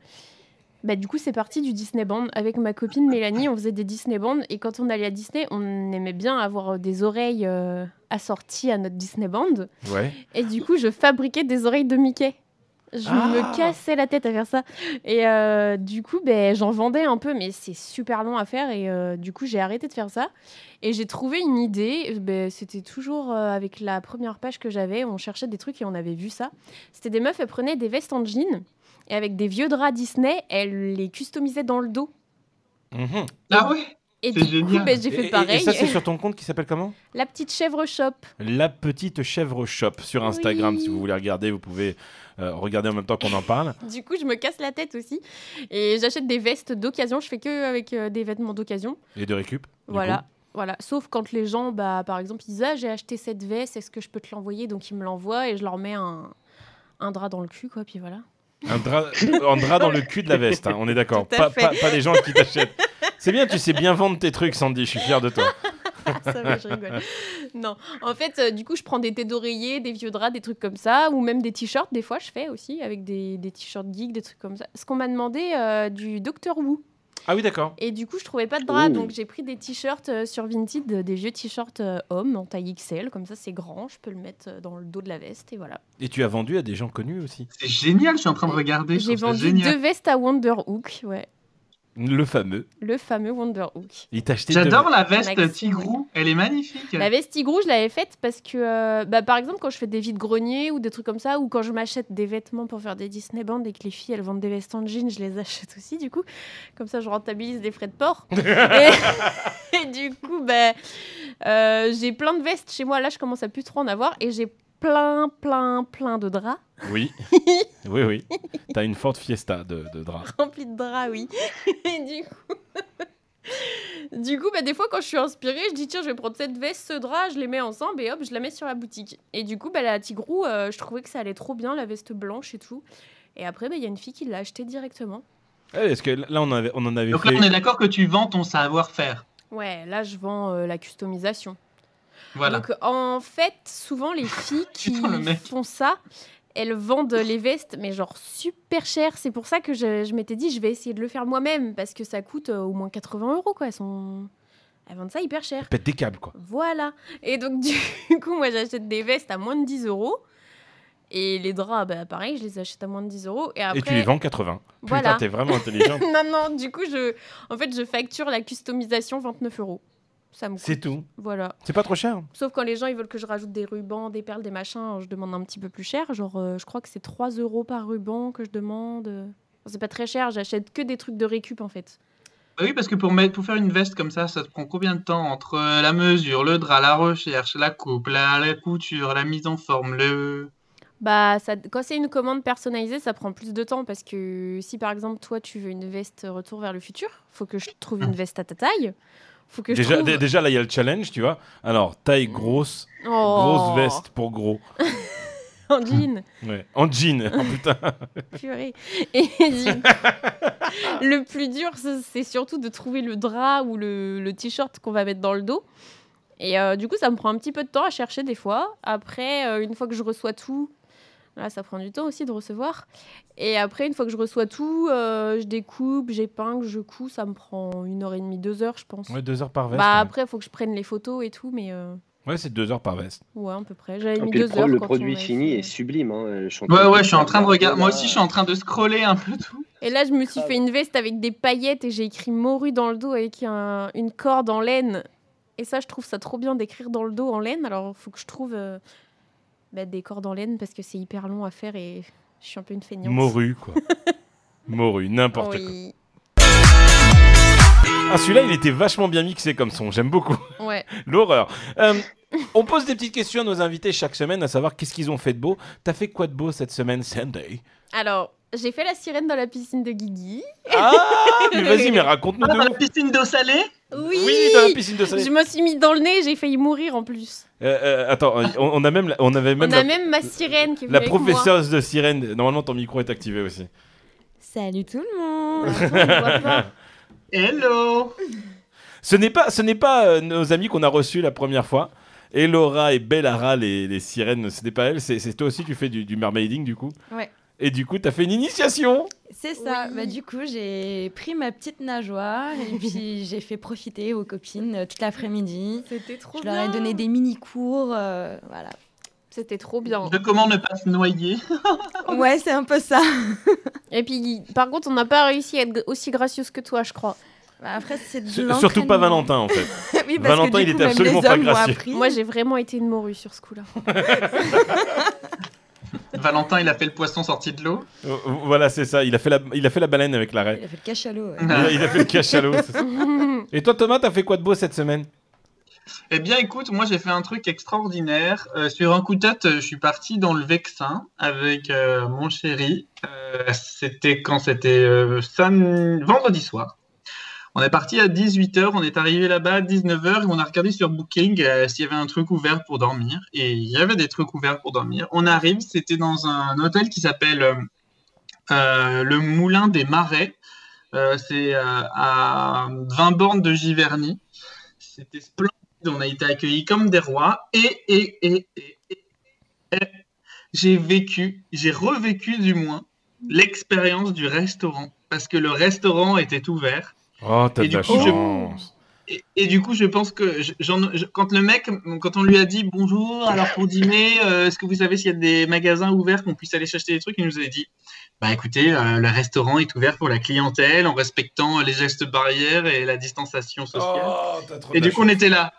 A: bah, du coup, c'est parti du Disney Band. Avec ma copine Mélanie, on faisait des Disney Band. Et quand on allait à Disney, on aimait bien avoir des oreilles euh, assorties à notre Disney Band.
B: Ouais.
A: Et du coup, je fabriquais des oreilles de Mickey. Je
B: Ah.
A: me cassais la tête à faire ça. Et euh, du coup, ben, j'en vendais un peu, mais c'est super long à faire. Et euh, du coup, j'ai arrêté de faire ça. Et j'ai trouvé une idée. Euh, ben, C'était toujours euh, avec la première page que j'avais. On cherchait des trucs et on avait vu ça. C'était des meufs, elles prenaient des vestes en jean. Et avec des vieux draps Disney, elles les customisaient dans le dos.
B: Mhm.
C: Ah ouais
A: Et
C: C'est
A: du coup,
C: génial.
A: ben, j'ai
B: Et-
A: fait
B: et-
A: pareil.
B: Et, ça, c'est sur ton compte qui s'appelle comment
A: La petite chèvre shop.
B: La Petite Chèvre Shop sur Instagram.
A: Oui.
B: Si vous voulez regarder, vous pouvez euh, regarder en même temps qu'on en parle.
A: *laughs* Du coup, je me casse la tête aussi. Et j'achète des vestes d'occasion. Je fais que avec euh, des vêtements d'occasion.
B: Et de récup. du
A: Voilà.
B: coup.
A: Voilà, sauf quand les gens, bah, par exemple, ils disent Ah, j'ai acheté cette veste, est-ce que je peux te l'envoyer Donc ils me l'envoient et je leur mets un, un drap dans le cul, quoi, puis voilà.
B: Un drap, un drap dans le cul de la veste, hein, on est d'accord.
A: Tout à
B: Pas,
A: fait.
B: pas, pas les gens qui t'achètent. C'est bien, tu sais bien vendre tes trucs, Sandy. Je suis fier de toi.
A: Ah, ça va, je rigole. *laughs* Non, en fait, euh, du coup, je prends des têtes d'oreiller, des vieux draps, des trucs comme ça, ou même des t-shirts, des fois, je fais aussi, avec des, des t-shirts geeks, des trucs comme ça. Ce qu'on m'a demandé euh, du Docteur Who.
B: Ah oui, d'accord.
A: Et du coup, je trouvais pas de drap,
D: Ouh.
C: Oh.
A: donc j'ai pris des t-shirts euh, sur Vinted, euh, des vieux t-shirts euh, hommes en taille XL, comme ça, c'est grand, je peux le mettre euh, dans le dos de la veste, et voilà.
B: Et tu as vendu à des gens connus aussi.
C: C'est génial, je suis en train de regarder. je
A: J'ai
C: trouve ça
A: vendu
C: génial.
A: deux vestes à Wonder Hook, ouais.
B: Le fameux.
A: Le fameux Wonder Hook.
B: Il t'a acheté. deux-
C: J'adore la veste
A: Maxime.
C: Tigrou, elle est magnifique.
A: La veste Tigrou, je l'avais faite parce que, euh, bah, par exemple, quand je fais des vides greniers ou des trucs comme ça, ou quand je m'achète des vêtements pour faire des Disney Band et que les filles elles vendent des vestes en jean, je les achète aussi du coup. Comme ça, je rentabilise des frais de port. et, et du coup, bah, euh, j'ai plein de vestes chez moi. Là, je commence à plus trop en avoir et j'ai plein, plein, plein de draps
B: Oui. oui, oui. T'as une forte fiesta de, de draps.
A: *laughs* remplis de draps, oui. Et du coup. Du coup, *laughs* bah, des fois, quand je suis inspirée, je dis tiens, je vais prendre cette veste, ce drap, je les mets ensemble et hop, je la mets sur la boutique. Et du coup, bah, la Tigrou, euh, je trouvais que ça allait trop bien, la veste blanche et tout. Et après, bah, il y a une fille qui l'a achetée directement.
B: Eh, Parce que là, on, avait, on en avait
C: Donc là,
B: fait.
C: on est d'accord que tu vends ton savoir-faire.
A: Ouais, là, je vends euh, la customisation.
C: Voilà.
A: Donc, en fait, souvent, les filles qui
C: *laughs* Putain, le mec.
A: font ça, elles vendent les vestes, mais genre super chères. C'est pour ça que je, je m'étais dit, je vais essayer de le faire moi-même, parce que ça coûte euh, au moins 80 euros, quoi. Elles, sont... elles vendent ça hyper cher.
B: Pète des câbles, quoi.
A: Voilà. Et donc, *laughs* du coup, moi, j'achète des vestes à moins de 10 euros. Et les draps, bah, pareil, je les achète à moins de 10 euros. Et après,
B: Et tu les vends 80. Putain,
A: voilà.
B: t'es vraiment
A: *laughs*
B: intelligente.
A: non, non, du coup, je... en fait, je facture la customisation 29 euros. Ça me
B: C'est
A: coûte.
B: tout.
A: Voilà.
B: C'est pas trop cher.
A: Sauf quand les gens ils veulent que je rajoute des rubans, des perles, des machins, je demande un petit peu plus cher. Genre, euh, je crois que c'est 3 euros par ruban que je demande. Enfin, C'est pas très cher, j'achète que des trucs de récup en fait.
C: Bah oui, parce que pour, mettre, pour faire une veste comme ça, ça te prend combien de temps entre euh, la mesure, le drap, la recherche, la coupe, la, la couture, la mise en forme, le.
A: Bah, ça, quand c'est une commande personnalisée, ça prend plus de temps parce que si par exemple toi tu veux une veste retour vers le futur, faut que je trouve une veste à ta taille. Faut que
B: Déjà,
A: je trouve...
B: dé- déjà, là, il y a le challenge, tu vois. Alors, taille grosse,
A: Oh,
B: grosse veste pour gros.
A: En jean.
B: Ouais. En jean. *laughs* Oh, putain.
A: Purée. Et *laughs* du coup, le plus dur, c'est c'est surtout de trouver le drap ou le, le t-shirt qu'on va mettre dans le dos. Et euh, du coup, ça me prend un petit peu de temps à chercher des fois. Après, euh, une fois que je reçois tout, là, ça prend du temps aussi de recevoir. Et après, une fois que je reçois tout, euh, je découpe, j'épingle, je couds. Ça me prend une heure et demie, deux heures, je pense.
B: Ouais, deux heures par veste. hein.
A: bah
B: ouais.
A: après, il faut que je prenne les photos et tout, mais euh,
B: Ouais, c'est deux heures par veste.
A: ouais, à peu près. J'avais
D: Et
A: mis
D: Ah, puis le,
A: deux
D: pro-
A: heures.
D: le
A: quand on
D: produit
A: avait
D: fini
A: fait.
D: est sublime. hein, je suis en train
C: Ouais,
D: de-
C: ouais, je suis en train de regarder. Moi
D: Là,
C: aussi, je suis en train de scroller un peu tout.
A: Et là, je me suis
D: Grave.
A: fait une veste avec des paillettes et j'ai écrit morue dans le dos avec un- une corde en laine. Et ça, je trouve ça trop bien d'écrire dans le dos en laine. Alors, il faut que je trouve euh, bah, des cordes en laine parce que c'est hyper long à faire et je suis un peu une feignante.
B: Morue,
A: *laughs*
B: quoi. Morue, n'importe quoi.
A: Oui.
B: Ah, celui-là, il était vachement bien mixé comme son. J'aime beaucoup. *laughs*
A: Ouais.
B: L'horreur. Euh, on pose des petites questions à nos invités chaque semaine, à savoir qu'est-ce qu'ils ont fait de beau. T'as fait quoi de beau cette semaine, Sunday
A: Alors, j'ai fait la sirène dans la piscine de Guigui.
B: Ah, mais vas-y, mais raconte-nous
C: Dans
B: de
C: *laughs* la
B: ouf.
C: piscine d'eau salée
A: *laughs* Oui,
B: dans la piscine de soleil.
A: Je me suis mis dans le nez, j'ai failli mourir en plus.
B: Euh, euh, attends, euh, on, on a même, la- on avait même
A: On a
B: la,
A: même ma sirène qui est venue
B: la
A: avec moi.
B: professeuse de sirène. Normalement, ton micro est activé aussi.
A: Salut tout le monde. *laughs* Attends, on me voit pas.
C: Hello
B: Ce n'est pas, ce n'est pas euh, nos amis qu'on a reçus la première fois. Et Laura et Bellara, les, les sirènes, ce n'est pas elles. C'est, c'est toi aussi, tu fais du, du mermaiding du coup.
E: Ouais.
B: Et du coup, t'as fait une initiation.
E: C'est ça.
A: Oui.
E: Bah, du coup, j'ai pris ma petite nageoire
A: *laughs*
E: et puis j'ai fait profiter aux copines euh, toute l'après-midi.
A: C'était trop
E: Je
A: bien.
E: leur ai donné des mini-cours. euh, voilà.
A: C'était trop bien.
C: De comment ne pas se noyer
A: Ah.
E: Ouais, c'est un peu ça.
A: Et puis, par contre, on n'a pas réussi à être aussi gracieuse que toi, je crois.
E: Bah, après, c'est de
B: S- Surtout pas
E: l'entraînement.
B: Valentin en fait.
E: *laughs* oui, parce
B: Valentin,
E: que,
B: il
E: du
B: était
E: coup, même
B: absolument
E: les
B: pas
E: hommes m'ont
B: gracieux.
E: appris.
A: Moi, j'ai vraiment été une morue sur ce coup-là.
C: Valentin, il a fait le poisson sorti de l'eau.
B: Euh, Voilà, c'est ça. Il a, fait la, il a fait la baleine avec l'arrêt.
E: Il a fait le cachalot. ouais.
B: Il, a- il a fait le cachalot. c'est ça. *laughs* Et toi, Thomas, t'as fait quoi de beau cette semaine
C: Eh bien, écoute, moi j'ai fait un truc extraordinaire. Euh, sur un coup de tête, euh, je suis parti dans le Vexin avec euh, mon chéri. Euh, c'était quand c'était euh, sam- vendredi soir. On est parti à 18h, on est arrivé là-bas à 19h et on a regardé sur Booking euh, s'il y avait un truc ouvert pour dormir. Et il y avait des trucs ouverts pour dormir. On arrive, c'était dans un hôtel qui s'appelle euh, euh, le Moulin des Marais. Euh, c'est euh, à 20 bornes de Giverny. C'était splendide. On a été accueillis comme des rois. Et, et, et, et, et- et j'ai vécu, j'ai revécu du moins, l'expérience du restaurant. Parce que le restaurant était ouvert.
B: Oh, t'as
C: Et
B: de
C: du
B: la
C: coup, je-
B: chance.
C: Et, et du coup, je pense que je- j'en- je- quand le mec, quand on lui a dit bonjour, alors pour dîner, euh, est-ce que vous savez s'il y a des magasins ouverts qu'on puisse aller chercher des trucs, il nous avait dit bah écoutez, euh, le restaurant est ouvert pour la clientèle en respectant les gestes barrières et la distanciation sociale.
B: Oh, t'as trop
C: Et
B: de
C: du
B: la
C: coup, on était là.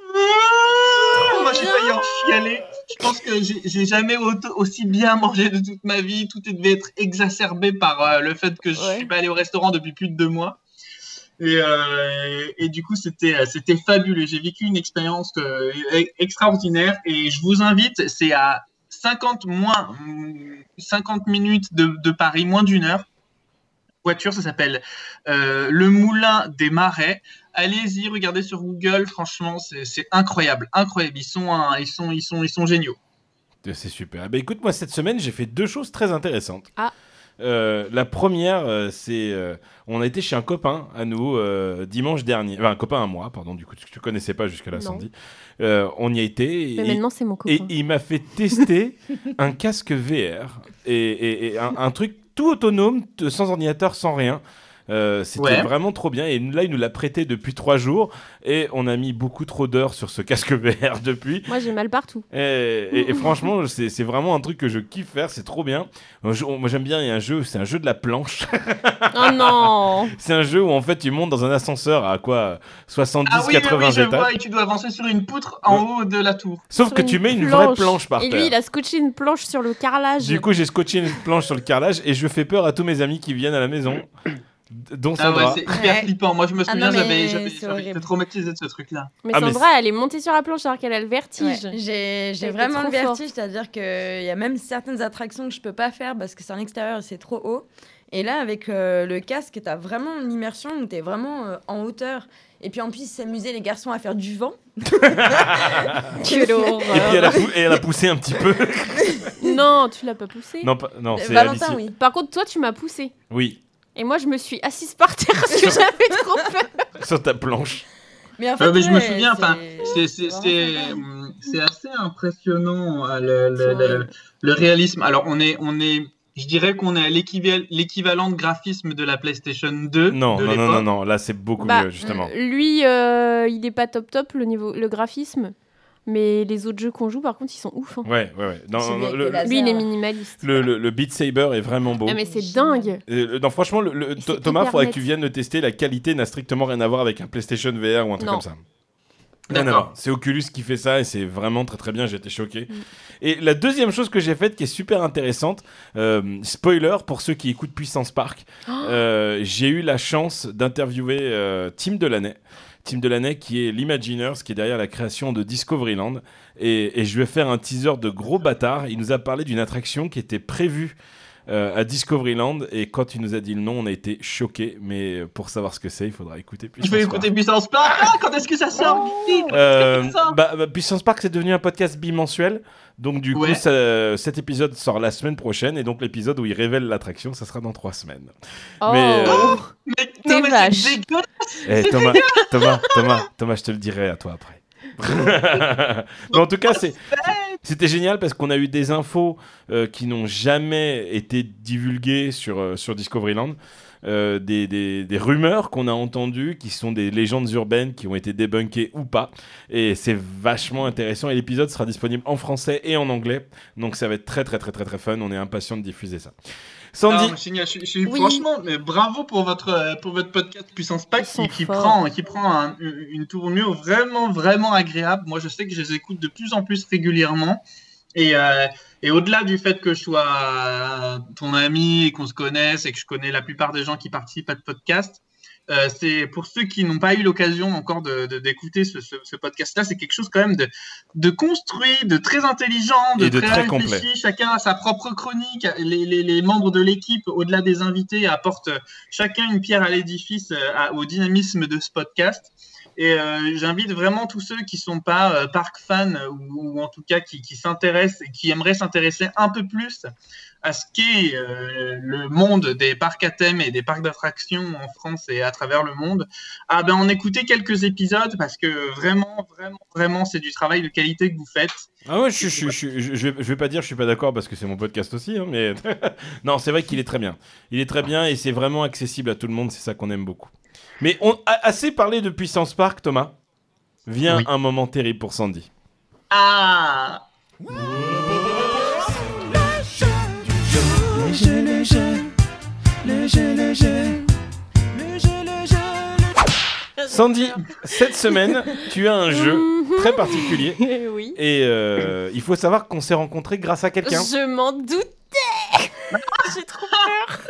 C: Ah, Moi, j'ai failli en chialer. Je pense que j'ai- j'ai jamais auto- aussi bien mangé de toute ma vie. Tout devait être exacerbé par euh, le fait que je
E: Ouais.
C: suis pas allé au restaurant depuis plus de deux mois. Et, euh, et du coup, c'était euh, c'était fabuleux. J'ai vécu une expérience euh, e- extraordinaire. Et je vous invite, c'est à 50 moins mm, 50 minutes de, de Paris, moins d'une heure. Voiture, ça s'appelle euh, le Moulin des Marais. Allez-y, regardez sur Google, franchement, c'est c'est incroyable, incroyable. Ils sont, un- ils sont, ils sont, ils sont géniaux.
B: chance. C'est super. Ah Bah, écoute, moi, cette semaine, j'ai fait deux choses très intéressantes.
A: Ah.
B: Euh, la première, euh, c'est. euh, on a été chez un copain à nous euh, dimanche dernier. Enfin, un copain à moi, pardon, du coup, que tu connaissais pas jusque-là,
A: Non.
B: Sandy. Euh, on y a été.
A: Mais
B: et-
A: maintenant, c'est mon
B: Et
A: copain.
B: il m'a fait tester *laughs* un casque VR et, et- et un, un truc tout autonome, t- sans ordinateur, sans rien. Euh, C'était
C: Ouais.
B: vraiment trop bien. Et là, il nous l'a prêté depuis trois jours. Et on a mis beaucoup trop d'heures sur ce casque *laughs* VR depuis.
A: Moi, j'ai mal
B: *laughs*
A: partout.
B: Et, et- et franchement, c'est c'est vraiment un truc que je kiffe faire. C'est trop bien. Un jeu- moi, j'aime bien. Il y a un jeu, c'est un jeu de la planche. *laughs*
A: Oh non
B: c'est un jeu où en fait, tu montes dans un ascenseur à quoi 70,
C: Ah oui, oui,
B: 80
C: oui, je
B: étages.
C: vois, et tu dois avancer sur une poutre en haut de la tour.
B: Sauf
A: Sur
B: que tu mets une vraie planche par
A: Et
B: terre.
A: lui, il a scotché une planche sur le carrelage.
B: Du coup, j'ai scotché une planche sur le carrelage et je fais peur à tous mes amis qui viennent à la maison, d- dont
C: Ah ouais,
B: Sandra.
C: c'est hyper
E: Ouais.
C: flippant. Moi, je me
E: Ah
C: souviens,
E: non,
C: j'avais
E: mais
C: j'avais-
E: c'est
C: j'avais été
E: horrible.
C: traumatisé de ce truc-là.
A: Mais
B: Ah, mais
A: Sandra, elle est montée sur la planche alors qu'elle a le
B: *laughs*
E: Ouais,
A: vertige.
E: J'ai j'ai
A: été
E: vraiment
A: trop
E: le vertige, c'est-à-dire qu'il y a même certaines attractions que je peux pas faire parce que c'est en extérieur et c'est trop haut. Et là, avec euh, le casque, t'as vraiment une immersion où t'es vraiment euh, en hauteur. Et puis en plus, ils s'amusaient les garçons à faire
C: *laughs*
E: du vent.
A: Quelle horreur.
B: Et puis elle a, pou- et elle a poussé un
A: *laughs*
B: petit peu.
A: Non, tu l'as pas poussé.
B: non, pas- non,
E: Euh,
B: c'est Alice.
E: Valentin, oui.
A: Par contre, toi, tu m'as poussé.
B: Oui,
A: Et moi, je me suis assise par terre parce que *laughs* j'avais trop peur.
B: sur ta planche.
E: Mais en
C: Ah, mais je me
E: ouais,
C: souviens, enfin,
E: c'est-
C: C'est- C'est
E: vraiment
C: c'est-
E: sympa.
C: hum, c'est assez impressionnant euh, le, le-
A: C'est vrai.
C: le- le réalisme. Alors, on est, on est, je dirais qu'on est à l'équival- l'équivalent de graphisme de la PlayStation 2.
B: Non,
C: de
B: non, non,
C: l'époque.
B: non, non, là c'est beaucoup
A: Bah,
B: mieux, justement.
A: Lui, euh, il est pas top top le niveau, le graphisme. Mais les autres jeux qu'on joue, par contre, ils sont ouf. hein.
B: Ouais, ouais, ouais. Non,
E: Celui
B: non, non,
E: avec
B: le,
E: les lasers.
A: Lui, il est minimaliste.
B: le- le- le Beat Saber est vraiment beau.
A: Ah, mais c'est
E: Génial.
A: dingue.
B: Et, euh, non, franchement, le- le-
A: Et
B: Tho-
A: c'est
B: Thomas,
A: hyper
B: faudrait que
A: net.
B: tu viennes le tester. La qualité n'a strictement rien à voir avec un PlayStation VR ou un truc
A: Non.
B: comme ça. Rien à
C: D'accord.
B: voir. C'est Oculus qui fait ça et c'est vraiment très très bien. J'étais choqué.
A: Mm.
B: Et la deuxième chose que j'ai faite qui est super intéressante, euh, spoiler pour ceux qui écoutent Puissance Park, euh, j'ai eu la chance d'interviewer euh, Tim Delaney. Tim Delaney qui est l'Imagineers qui est derrière la création de Discoveryland et, et je vais faire un teaser de gros bâtard. Il nous a parlé d'une attraction qui était prévue euh, à Discoveryland et quand il nous a dit le nom, on a été choqués. Mais pour savoir ce que c'est, il faudra écouter.
C: Je
B: Puissance
C: vais
B: Park.
C: écouter Puissance Park. Ah, quand est-ce que ça sort
E: Oh.
C: Guy
B: Euh,
C: ça
B: bah, bah, Puissance Park, c'est devenu un podcast bimensuel. Donc, du coup,
C: Ouais.
B: ça- cet épisode sort la semaine prochaine. Et donc, l'épisode où il révèle l'attraction, ça sera dans trois semaines.
A: Oh.
B: Mais, euh,
C: Mais, non,
A: Des
C: mais
A: vaches.
C: c'est dégueulasse.
B: Eh, Thomas, Thomas, Thomas, Thomas, je te le dirai à toi après. Mais en tout cas, c'est- c'était génial parce qu'on a eu des infos euh, qui n'ont jamais été divulguées sur, euh, sur Discoveryland. Euh, des, des- des rumeurs qu'on a entendues qui sont des légendes urbaines qui ont été débunkées ou pas et c'est vachement intéressant et l'épisode sera disponible en français et en anglais donc ça va être très très très très très fun on est impatient de diffuser ça Sandy
C: Ah, génial. Je, je suis-
A: Oui.
C: Franchement, mais bravo pour votre, euh, pour votre podcast Puissance Pack
A: Ils sont
C: qui, qui
A: forts.
C: prend, qui prend un- une tournure vraiment, vraiment agréable. Moi, je sais que je les écoute de plus en plus régulièrement. Et, euh, Et au-delà du fait que je sois euh, ton ami et qu'on se connaisse et que je connais la plupart des gens qui participent à ce podcast, euh, c'est pour ceux qui n'ont pas eu l'occasion encore de- de- d'écouter ce, ce- ce podcast-là, c'est quelque chose quand même de, de construit, de très intelligent, de,
B: Et de très
C: réfléchi.
B: complet.
C: Chacun a sa propre chronique. Les, les- les membres de l'équipe, au-delà des invités, apportent euh, chacun une pierre à l'édifice, euh, à- au dynamisme de ce podcast. Et euh, j'invite vraiment tous ceux qui sont pas euh, parc fans ou, ou en tout cas qui, qui s'intéressent et qui aimeraient s'intéresser un peu plus à ce qu'est euh, le monde des parcs à thème et des parcs d'attractions en France et à travers le monde, ah ben en écouter quelques épisodes parce que vraiment, vraiment, vraiment, c'est du travail de qualité que vous faites.
B: Ah ouais, je, suis- je, suis- je- je vais, je vais pas dire je suis pas d'accord parce que c'est mon podcast aussi, hein, mais *laughs* non, c'est vrai qu'il est très bien. Il est très bien et c'est vraiment accessible à tout le monde, c'est ça qu'on aime beaucoup. Mais on a assez parlé de Puissance Park, Thomas. Vient
C: Oui.
B: un moment terrible pour Sandy.
C: Ah
F: Le jeu, le jeu, le jeu, le jeu, le jeu, le jeu.
B: Sandy, cette semaine, tu as un jeu
A: Mhm. Eh
B: très particulier
A: oui.
B: et euh, il faut savoir qu'on s'est rencontrés grâce à quelqu'un.
A: Je m'en doutais. *laughs* J'ai trop peur.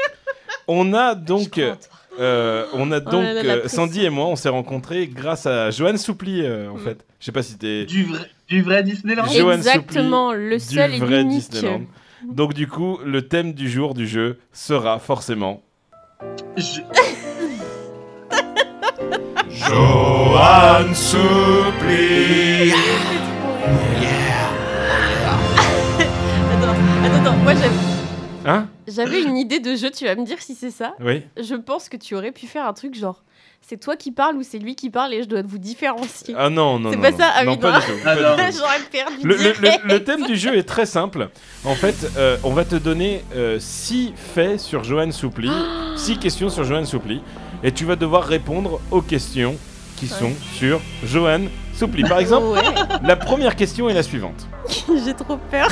B: On a donc
A: Je crois en toi.
B: Euh, on a
A: là
B: donc
A: là, la
B: euh,
A: pression.
B: Sandy et moi, on s'est rencontrés grâce à Johan Soupli euh, en
A: Mm.
B: fait. Je sais pas si t'es
C: du vrai, du vrai Disneyland
B: Je- Johan
A: Exactement, le
B: du
A: seul et
B: vrai
A: l'unique.
B: Disneyland. Donc du coup, le thème du jour du jeu sera forcément
C: Je-
B: Johan Soupli.
A: Attends, attends, attends, moi j'avais-
B: Hein
A: j'avais une idée de jeu, tu vas me dire si c'est ça.
B: Oui.
A: Je pense que tu aurais pu faire un truc genre c'est toi qui parles ou c'est lui qui parle et je dois vous différencier. *laughs*
B: Ah non non
A: C'est
B: non,
A: pas
B: non.
A: ça, ah
B: Non,
A: oui,
B: pas
A: non.
B: du tout,
C: Ah
B: pas du tout.
A: J'aurais perdu
B: Le, le-
A: direct.
B: le-
A: *laughs*
B: le thème du jeu est très simple. En fait, euh, on va te donner 6 faits sur Johan Soupli,
A: *gasps*
B: 6 questions sur Johan Soupli, et tu vas devoir répondre aux questions qui sont sur Johan Soupli.
A: Oh.
B: Par exemple,
A: Ouais, *laughs*
B: la première question est la suivante.
A: j'ai trop peur.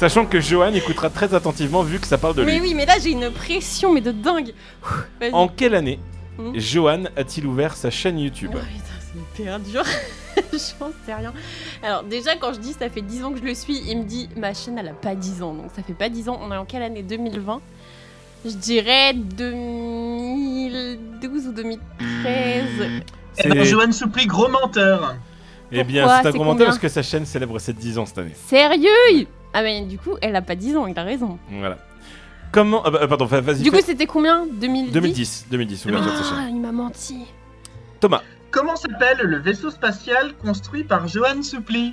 B: Sachant que Johan écoutera très attentivement vu que ça parle de lui.
A: Mais oui, mais là j'ai une pression mais de dingue. Ouh, Vas-y.
B: En quelle année
A: Hmm.
B: Johan a-t-il ouvert sa chaîne
A: Oh,
B: YouTube
A: putain, c'est hyper dur. *laughs* je pense c'est rien. Alors déjà quand je dis ça fait 10 ans que je le suis, il me dit ma chaîne elle a pas 10 ans. Donc ça fait pas 10 ans, on est en quelle année 2020 Je dirais 2012 ou
B: Hmm.
A: 2013.
C: Eh
B: C'est-
C: ben, Johan Soupli, gros menteur.
B: Eh bien,
A: Pourquoi
B: c'est
A: C'est
B: un gros menteur
A: combien
B: parce que sa chaîne célèbre ses 10 ans cette année.
A: Sérieux Ah mais du coup, elle a pas 10 ans, il a raison.
B: Voilà. Comment... ah bah, euh, pardon, vas-y.
A: Du
B: fais-
A: coup, c'était combien 2010
B: 2010, 2010, ouverture de sa chaîne.
A: Ah, il m'a menti.
B: Thomas,
C: Comment s'appelle le vaisseau spatial construit par Johan Soupli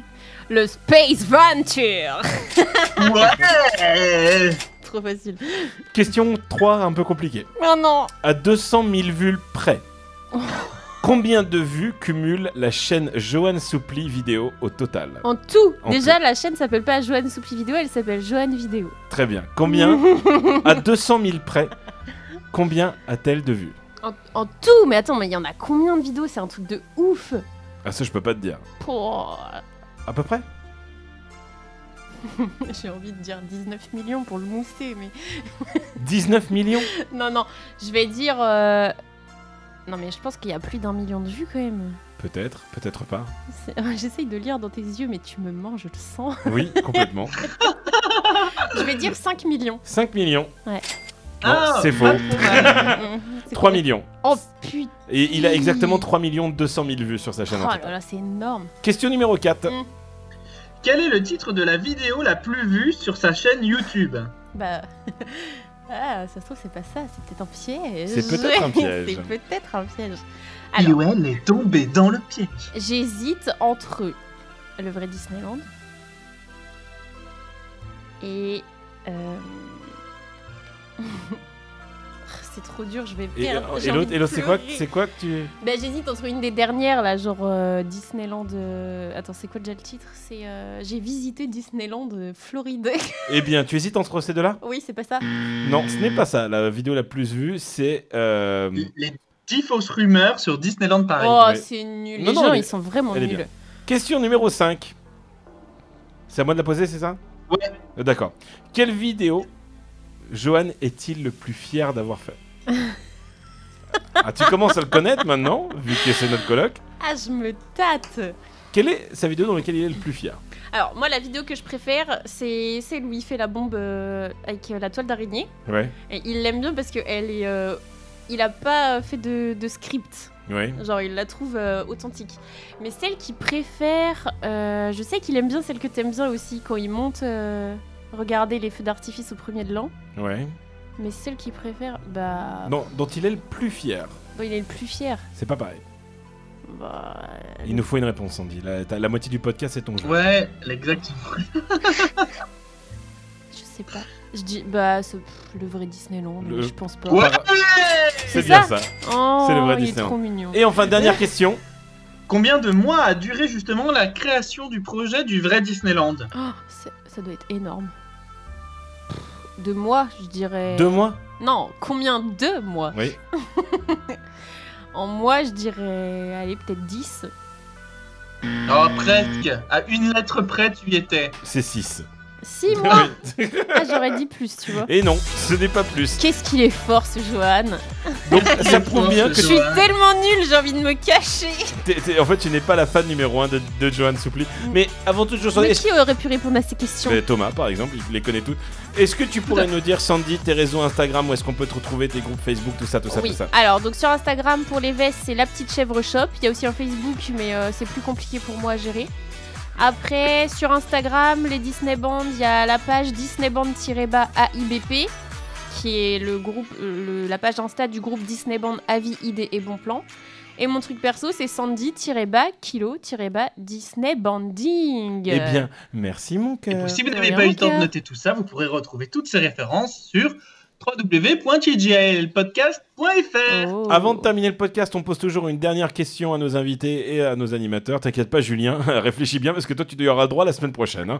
A: Le Space Venture *laughs*
C: Ouais
A: Trop facile.
B: question 3 un peu compliquée.
A: Oh non
B: À 200 000 vues
A: *laughs*
B: près, combien de vues cumule la chaîne Johan Soupli vidéo au total
A: En tout
B: En
A: Déjà, la chaîne s'appelle pas Joanne Soupli Vidéo, elle s'appelle Joanne Vidéo.
B: Très bien.
A: *laughs*
B: Combien À 200 000 près, combien a-t-elle de vues
A: En, en tout Mais attends, mais il y en a combien de vidéos C'est un truc de ouf
B: Ah ça je peux pas te dire.
A: Pouah. *laughs*
B: À peu près
A: J'ai envie de dire 19 millions pour le mousser, mais... *laughs*
B: 19 millions
A: Non, non, je vais dire... euh, Non, mais je pense qu'il y a plus d'un million de vues, quand même.
B: Peut-être, peut-être pas.
A: C'est- *laughs* J'essaye de lire dans tes yeux, mais tu me mens, je le sens. *laughs*
B: Oui, complètement.
A: Je vais dire 5 millions.
B: 5 millions.
A: Ouais.
B: Non,
C: Ah,
B: c'est faux.
C: pas trop mal.
B: Ah,
A: Mm, c'est
B: 3
A: cool.
B: millions.
A: Oh putain
B: Et il a exactement 3 200 000 vues sur sa
A: Oh
B: chaîne. en
A: là
B: total.
A: là, c'est énorme
B: Question numéro 4.
C: Quel est le titre de la vidéo la plus vue sur sa chaîne YouTube
A: Bah. *laughs* Ah, ça se trouve, c'est pas ça, c'est peut-être un piège.
B: C'est
A: *laughs*
B: peut-être un piège.
A: c'est peut-être un piège. Alors,
C: Johan est tombé dans le piège.
A: j'hésite entre le vrai Disneyland et. euh, *laughs* c'est trop dur, je vais
B: Et, euh,
A: perdre.
B: et
A: j'ai envie
B: l'autre,
A: de
B: et l'autre, c'est quoi,
A: pleurer.
B: c'est quoi que tu...
A: Bah, j'hésite entre une des dernières, là, genre euh, Disneyland. euh, Attends, c'est quoi déjà le titre C'est. euh, J'ai visité Disneyland euh, Floride. *laughs*
B: Eh bien, tu hésites entre ces deux-là
A: oui, c'est pas ça
B: Non, ce n'est pas ça. La vidéo la plus vue, c'est... euh,
C: Les 10 fausses rumeurs sur Disneyland Paris.
A: Oh,
B: mais-
A: c'est nul.
B: Non,
A: Les
B: non,
A: gens,
B: elle est-
A: ils sont vraiment
B: elle est
A: nuls.
B: bien. Question numéro 5. C'est à moi de la poser, c'est ça
C: Ouais.
B: Euh, D'accord. Quelle vidéo Johan est-il le plus fier d'avoir fait ah, Tu commences à le connaître maintenant, vu que c'est notre colloque.
A: Ah, je me tâte.
B: Quelle est sa vidéo dans laquelle il est le plus fier
A: Alors, moi, la vidéo que je préfère, c'est celle où il fait la bombe euh, avec euh, la toile d'araignée.
B: Ouais,
A: Et il l'aime bien parce que elle est, euh, il a pas fait de, de script.
B: ouais.
A: Genre, il la trouve euh, authentique. Mais celle qu'il préfère, euh, je sais qu'il aime bien celle que t'aimes bien aussi quand il monte euh, regarder les feux d'artifice au premier de l'an.
B: Ouais.
A: Mais celle qu'il préfère, bah.
B: Dont, dont il est le plus fier.
A: bon, il est le plus fier.
B: C'est pas pareil.
A: Bah,
B: Euh, Il nous faut une réponse, Sandy. La, t'as- la moitié du podcast, c'est ton jeu.
C: Ouais, exactement.
A: Je sais pas. Je dis, bah, c'est pff, le vrai Disneyland, mais
B: Le-
A: je pense pas.
C: Ouais
B: c'est
A: c'est
B: bien ça.
A: ça. Oh,
B: C'est le vrai
A: il est
B: Disneyland.
A: trop mignon.
B: Et enfin, dernière question.
C: Combien de mois a duré justement la création du projet du vrai Disneyland
A: Oh, c'est- ça doit être énorme. Deux mois, je dirais.
B: Deux mois
A: Non, combien Deux mois
B: Oui.
A: En mois, je dirais, allez, peut-être 10.
C: Oh, presque. À une lettre près, tu y étais.
B: C'est six. *laughs*
A: 6 mois
B: Oui.
A: Ah, J'aurais dit plus, tu vois.
B: Et non, ce n'est pas plus.
A: Qu'est-ce qu'il est fort, ce Johan
B: Donc, ça prouve bien que
A: Je suis tellement nulle, j'ai envie de me cacher
B: T'es- t'es- en fait, tu n'es pas la fan numéro 1 de, de Johan Soupli. Mais avant toute chose,
A: Mm. Mais
B: est-ce
A: qui aurait pu répondre à ces questions
B: que- Thomas, par exemple, il les connaît toutes. Est-ce que tu pourrais nous dire, Sandy, tes réseaux Instagram, où est-ce qu'on peut te retrouver, tes groupes Facebook, tout ça, tout ça,
A: oui. Euh,
B: tout ça
A: Alors, donc sur Instagram, pour les vestes, c'est La Petite Chèvre Shop. Il y a aussi un Facebook, mais euh, c'est plus compliqué pour moi à gérer. Après, sur Instagram, les Disney Band, il y a la page Disney Band-AIBP, qui est le groupe, euh, le- la page Insta du groupe Disney Band Avis, Idées et Bons Plans. Et mon truc perso, c'est Sandy-Kilo-Disney Banding.
B: Eh bien, merci mon cœur.
C: Et si vous n'avez
A: Euh, rien
C: pas eu
A: au
C: le temps de
A: cœur.
C: noter tout ça, vous pourrez retrouver toutes ces références sur www.tjlpodcast.fr.
A: Oh.
B: Avant de terminer le podcast, on pose toujours une dernière question à nos invités et à nos animateurs. T'inquiète pas, Julien, *laughs* réfléchis bien parce que toi, tu y auras droit la semaine prochaine. hein.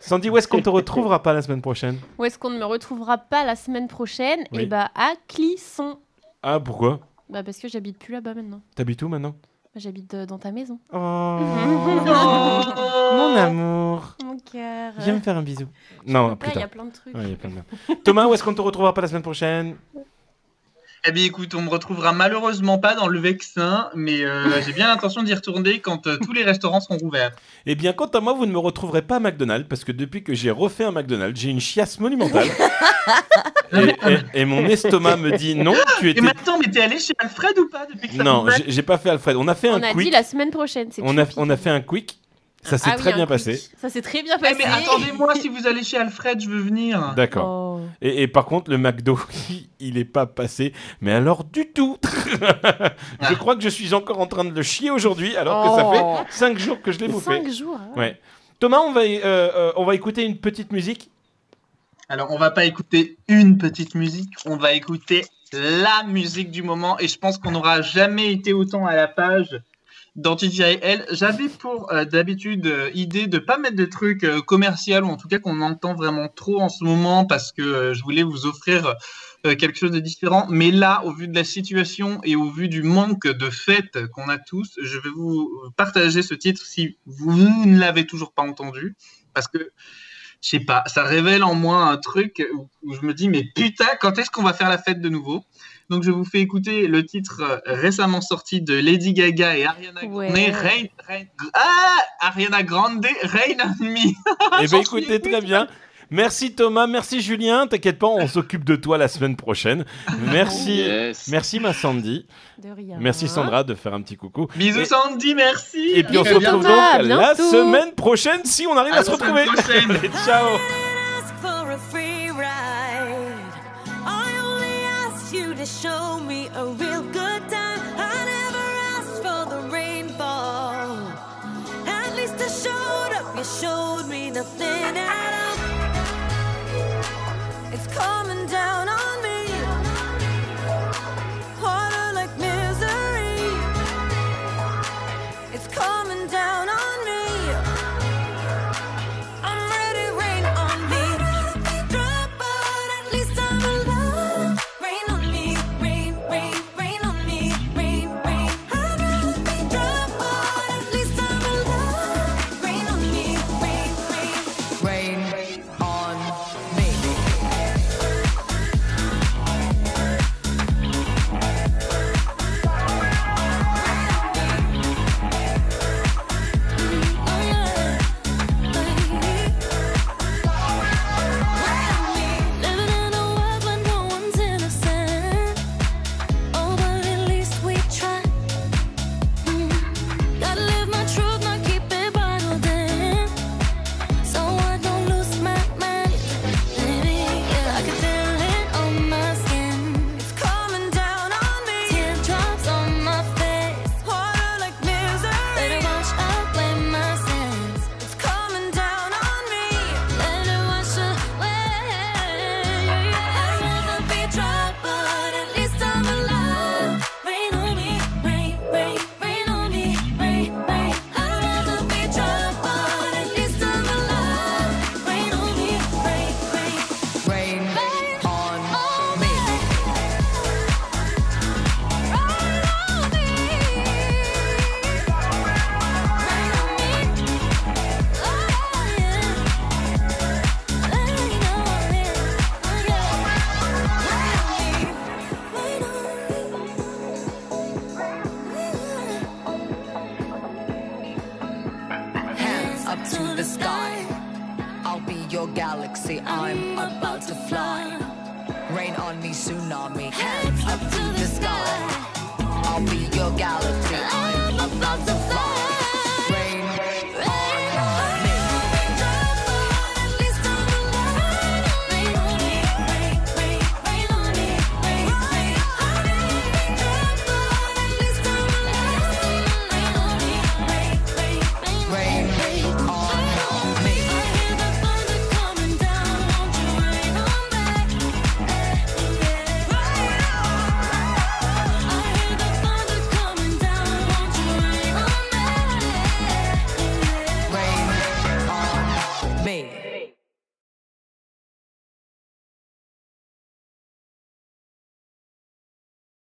B: Sandy, où est-ce qu'on te retrouvera pas la semaine prochaine
A: Où est-ce qu'on ne me retrouvera pas la semaine prochaine
B: Oui.
A: Et bah à Clisson.
B: Ah, pourquoi
A: Bah parce que j'habite plus là-bas maintenant.
B: T'habites où maintenant
A: Moi, J'habite euh, dans ta maison.
B: Oh, *laughs* mon
C: Non.
B: amour,
A: Mon cœur.
B: viens me faire un bisou. Non, plus
A: Il y a
B: tard.
A: plein de trucs.
B: Ouais, il y a plein de merde. Thomas, où est-ce qu'on te retrouvera pas la semaine prochaine
C: Eh bien écoute, on me retrouvera malheureusement pas dans le Vexin, mais euh, j'ai bien l'intention d'y retourner quand euh, tous les restaurants seront rouverts.
B: Eh bien, quant à moi, vous ne me retrouverez pas à McDonald's parce que depuis que j'ai refait un McDonald's, j'ai une chiasse *laughs* monumentale. et, et- et mon estomac me dit non, tu
C: Et
B: étais.
C: maintenant, mais t'es allé chez Alfred ou pas depuis que ça
B: Non,
C: rouvre
B: j'ai- j'ai pas fait Alfred. On a fait
A: On
B: un
A: a dit
B: quick.
A: la semaine prochaine. c'est
B: On a,
A: creepy.
B: on a fait un quick. Ça s'est
A: Ah oui,
B: très
A: un
B: bien
A: quick.
B: passé.
A: Ça s'est très bien
C: Eh,
A: passé.
C: mais attendez-moi, si vous allez chez Alfred, je veux venir.
B: D'accord.
A: Oh.
B: Et, et par contre, le McDo, *laughs* il est pas passé. Mais alors, du tout. *laughs* je
A: Ah.
B: crois que je suis encore en train de le chier aujourd'hui, alors que ça fait 5 jours que je l'ai bouffé.
A: Oh. Cinq jours. hein.
B: Ouais. Thomas, on va, euh, euh, on va écouter une
A: *laughs*
B: petite musique.
C: Alors, on va pas écouter une petite musique, on va écouter la musique du moment. Et je pense qu'on n'aura jamais été autant à la page dans TGIL. J'avais pour euh, d'habitude euh, idée de pas mettre de trucs euh, commerciaux ou en tout cas qu'on entend vraiment trop en ce moment parce que euh, je voulais vous offrir euh, quelque chose de différent. Mais là, au vu de la situation et au vu du manque de fêtes qu'on a tous, je vais vous partager ce titre si vous ne l'avez toujours pas entendu. Parce que je sais pas, ça révèle en moi un truc où, où je me dis, mais putain, quand est-ce qu'on va faire la fête de nouveau Donc je vous fais écouter le titre euh, récemment sorti de Lady Gaga et Ariana Grande,
A: Ouais.
C: Rain- Rain- ah, Ariana Grande, Rain on Me.
A: Ah,
B: Eh bien,
C: J'en
B: écoutez,
C: suis
B: très bien. Merci Thomas, merci Julien. T'inquiète pas, on s'occupe de toi la semaine prochaine.
A: *laughs* Oh,
B: Merci.
D: Yes.
B: Merci ma Sandy.
A: De rien.
B: Merci Sandra de faire un petit coucou.
C: Bisous
B: Et-
C: Sandy, merci.
B: Et puis on
C: À
B: se retrouve donc
C: bientôt.
A: Thomas, à
B: la
A: bientôt.
B: semaine prochaine si on arrive à,
C: À
B: se
C: la
B: retrouver.
C: semaine prochaine.
B: Allez, *laughs* ciao.
G: ask for a free ride. I only asked you to show me a real good time. I never asked for the rainfall. At least I showed up. You showed me nothing at all. It's coming down on me. Harder like misery. It's coming down on me. I'm ready, rain on me. Drop out, at least I'm alive. Rain on me, rain, rain, rain Oh, to the sky.
H: I'll be your galaxy. I'm about to fly. Rain on me, tsunami. Hands up to the sky. I'll be your galaxy. I'm about to fly.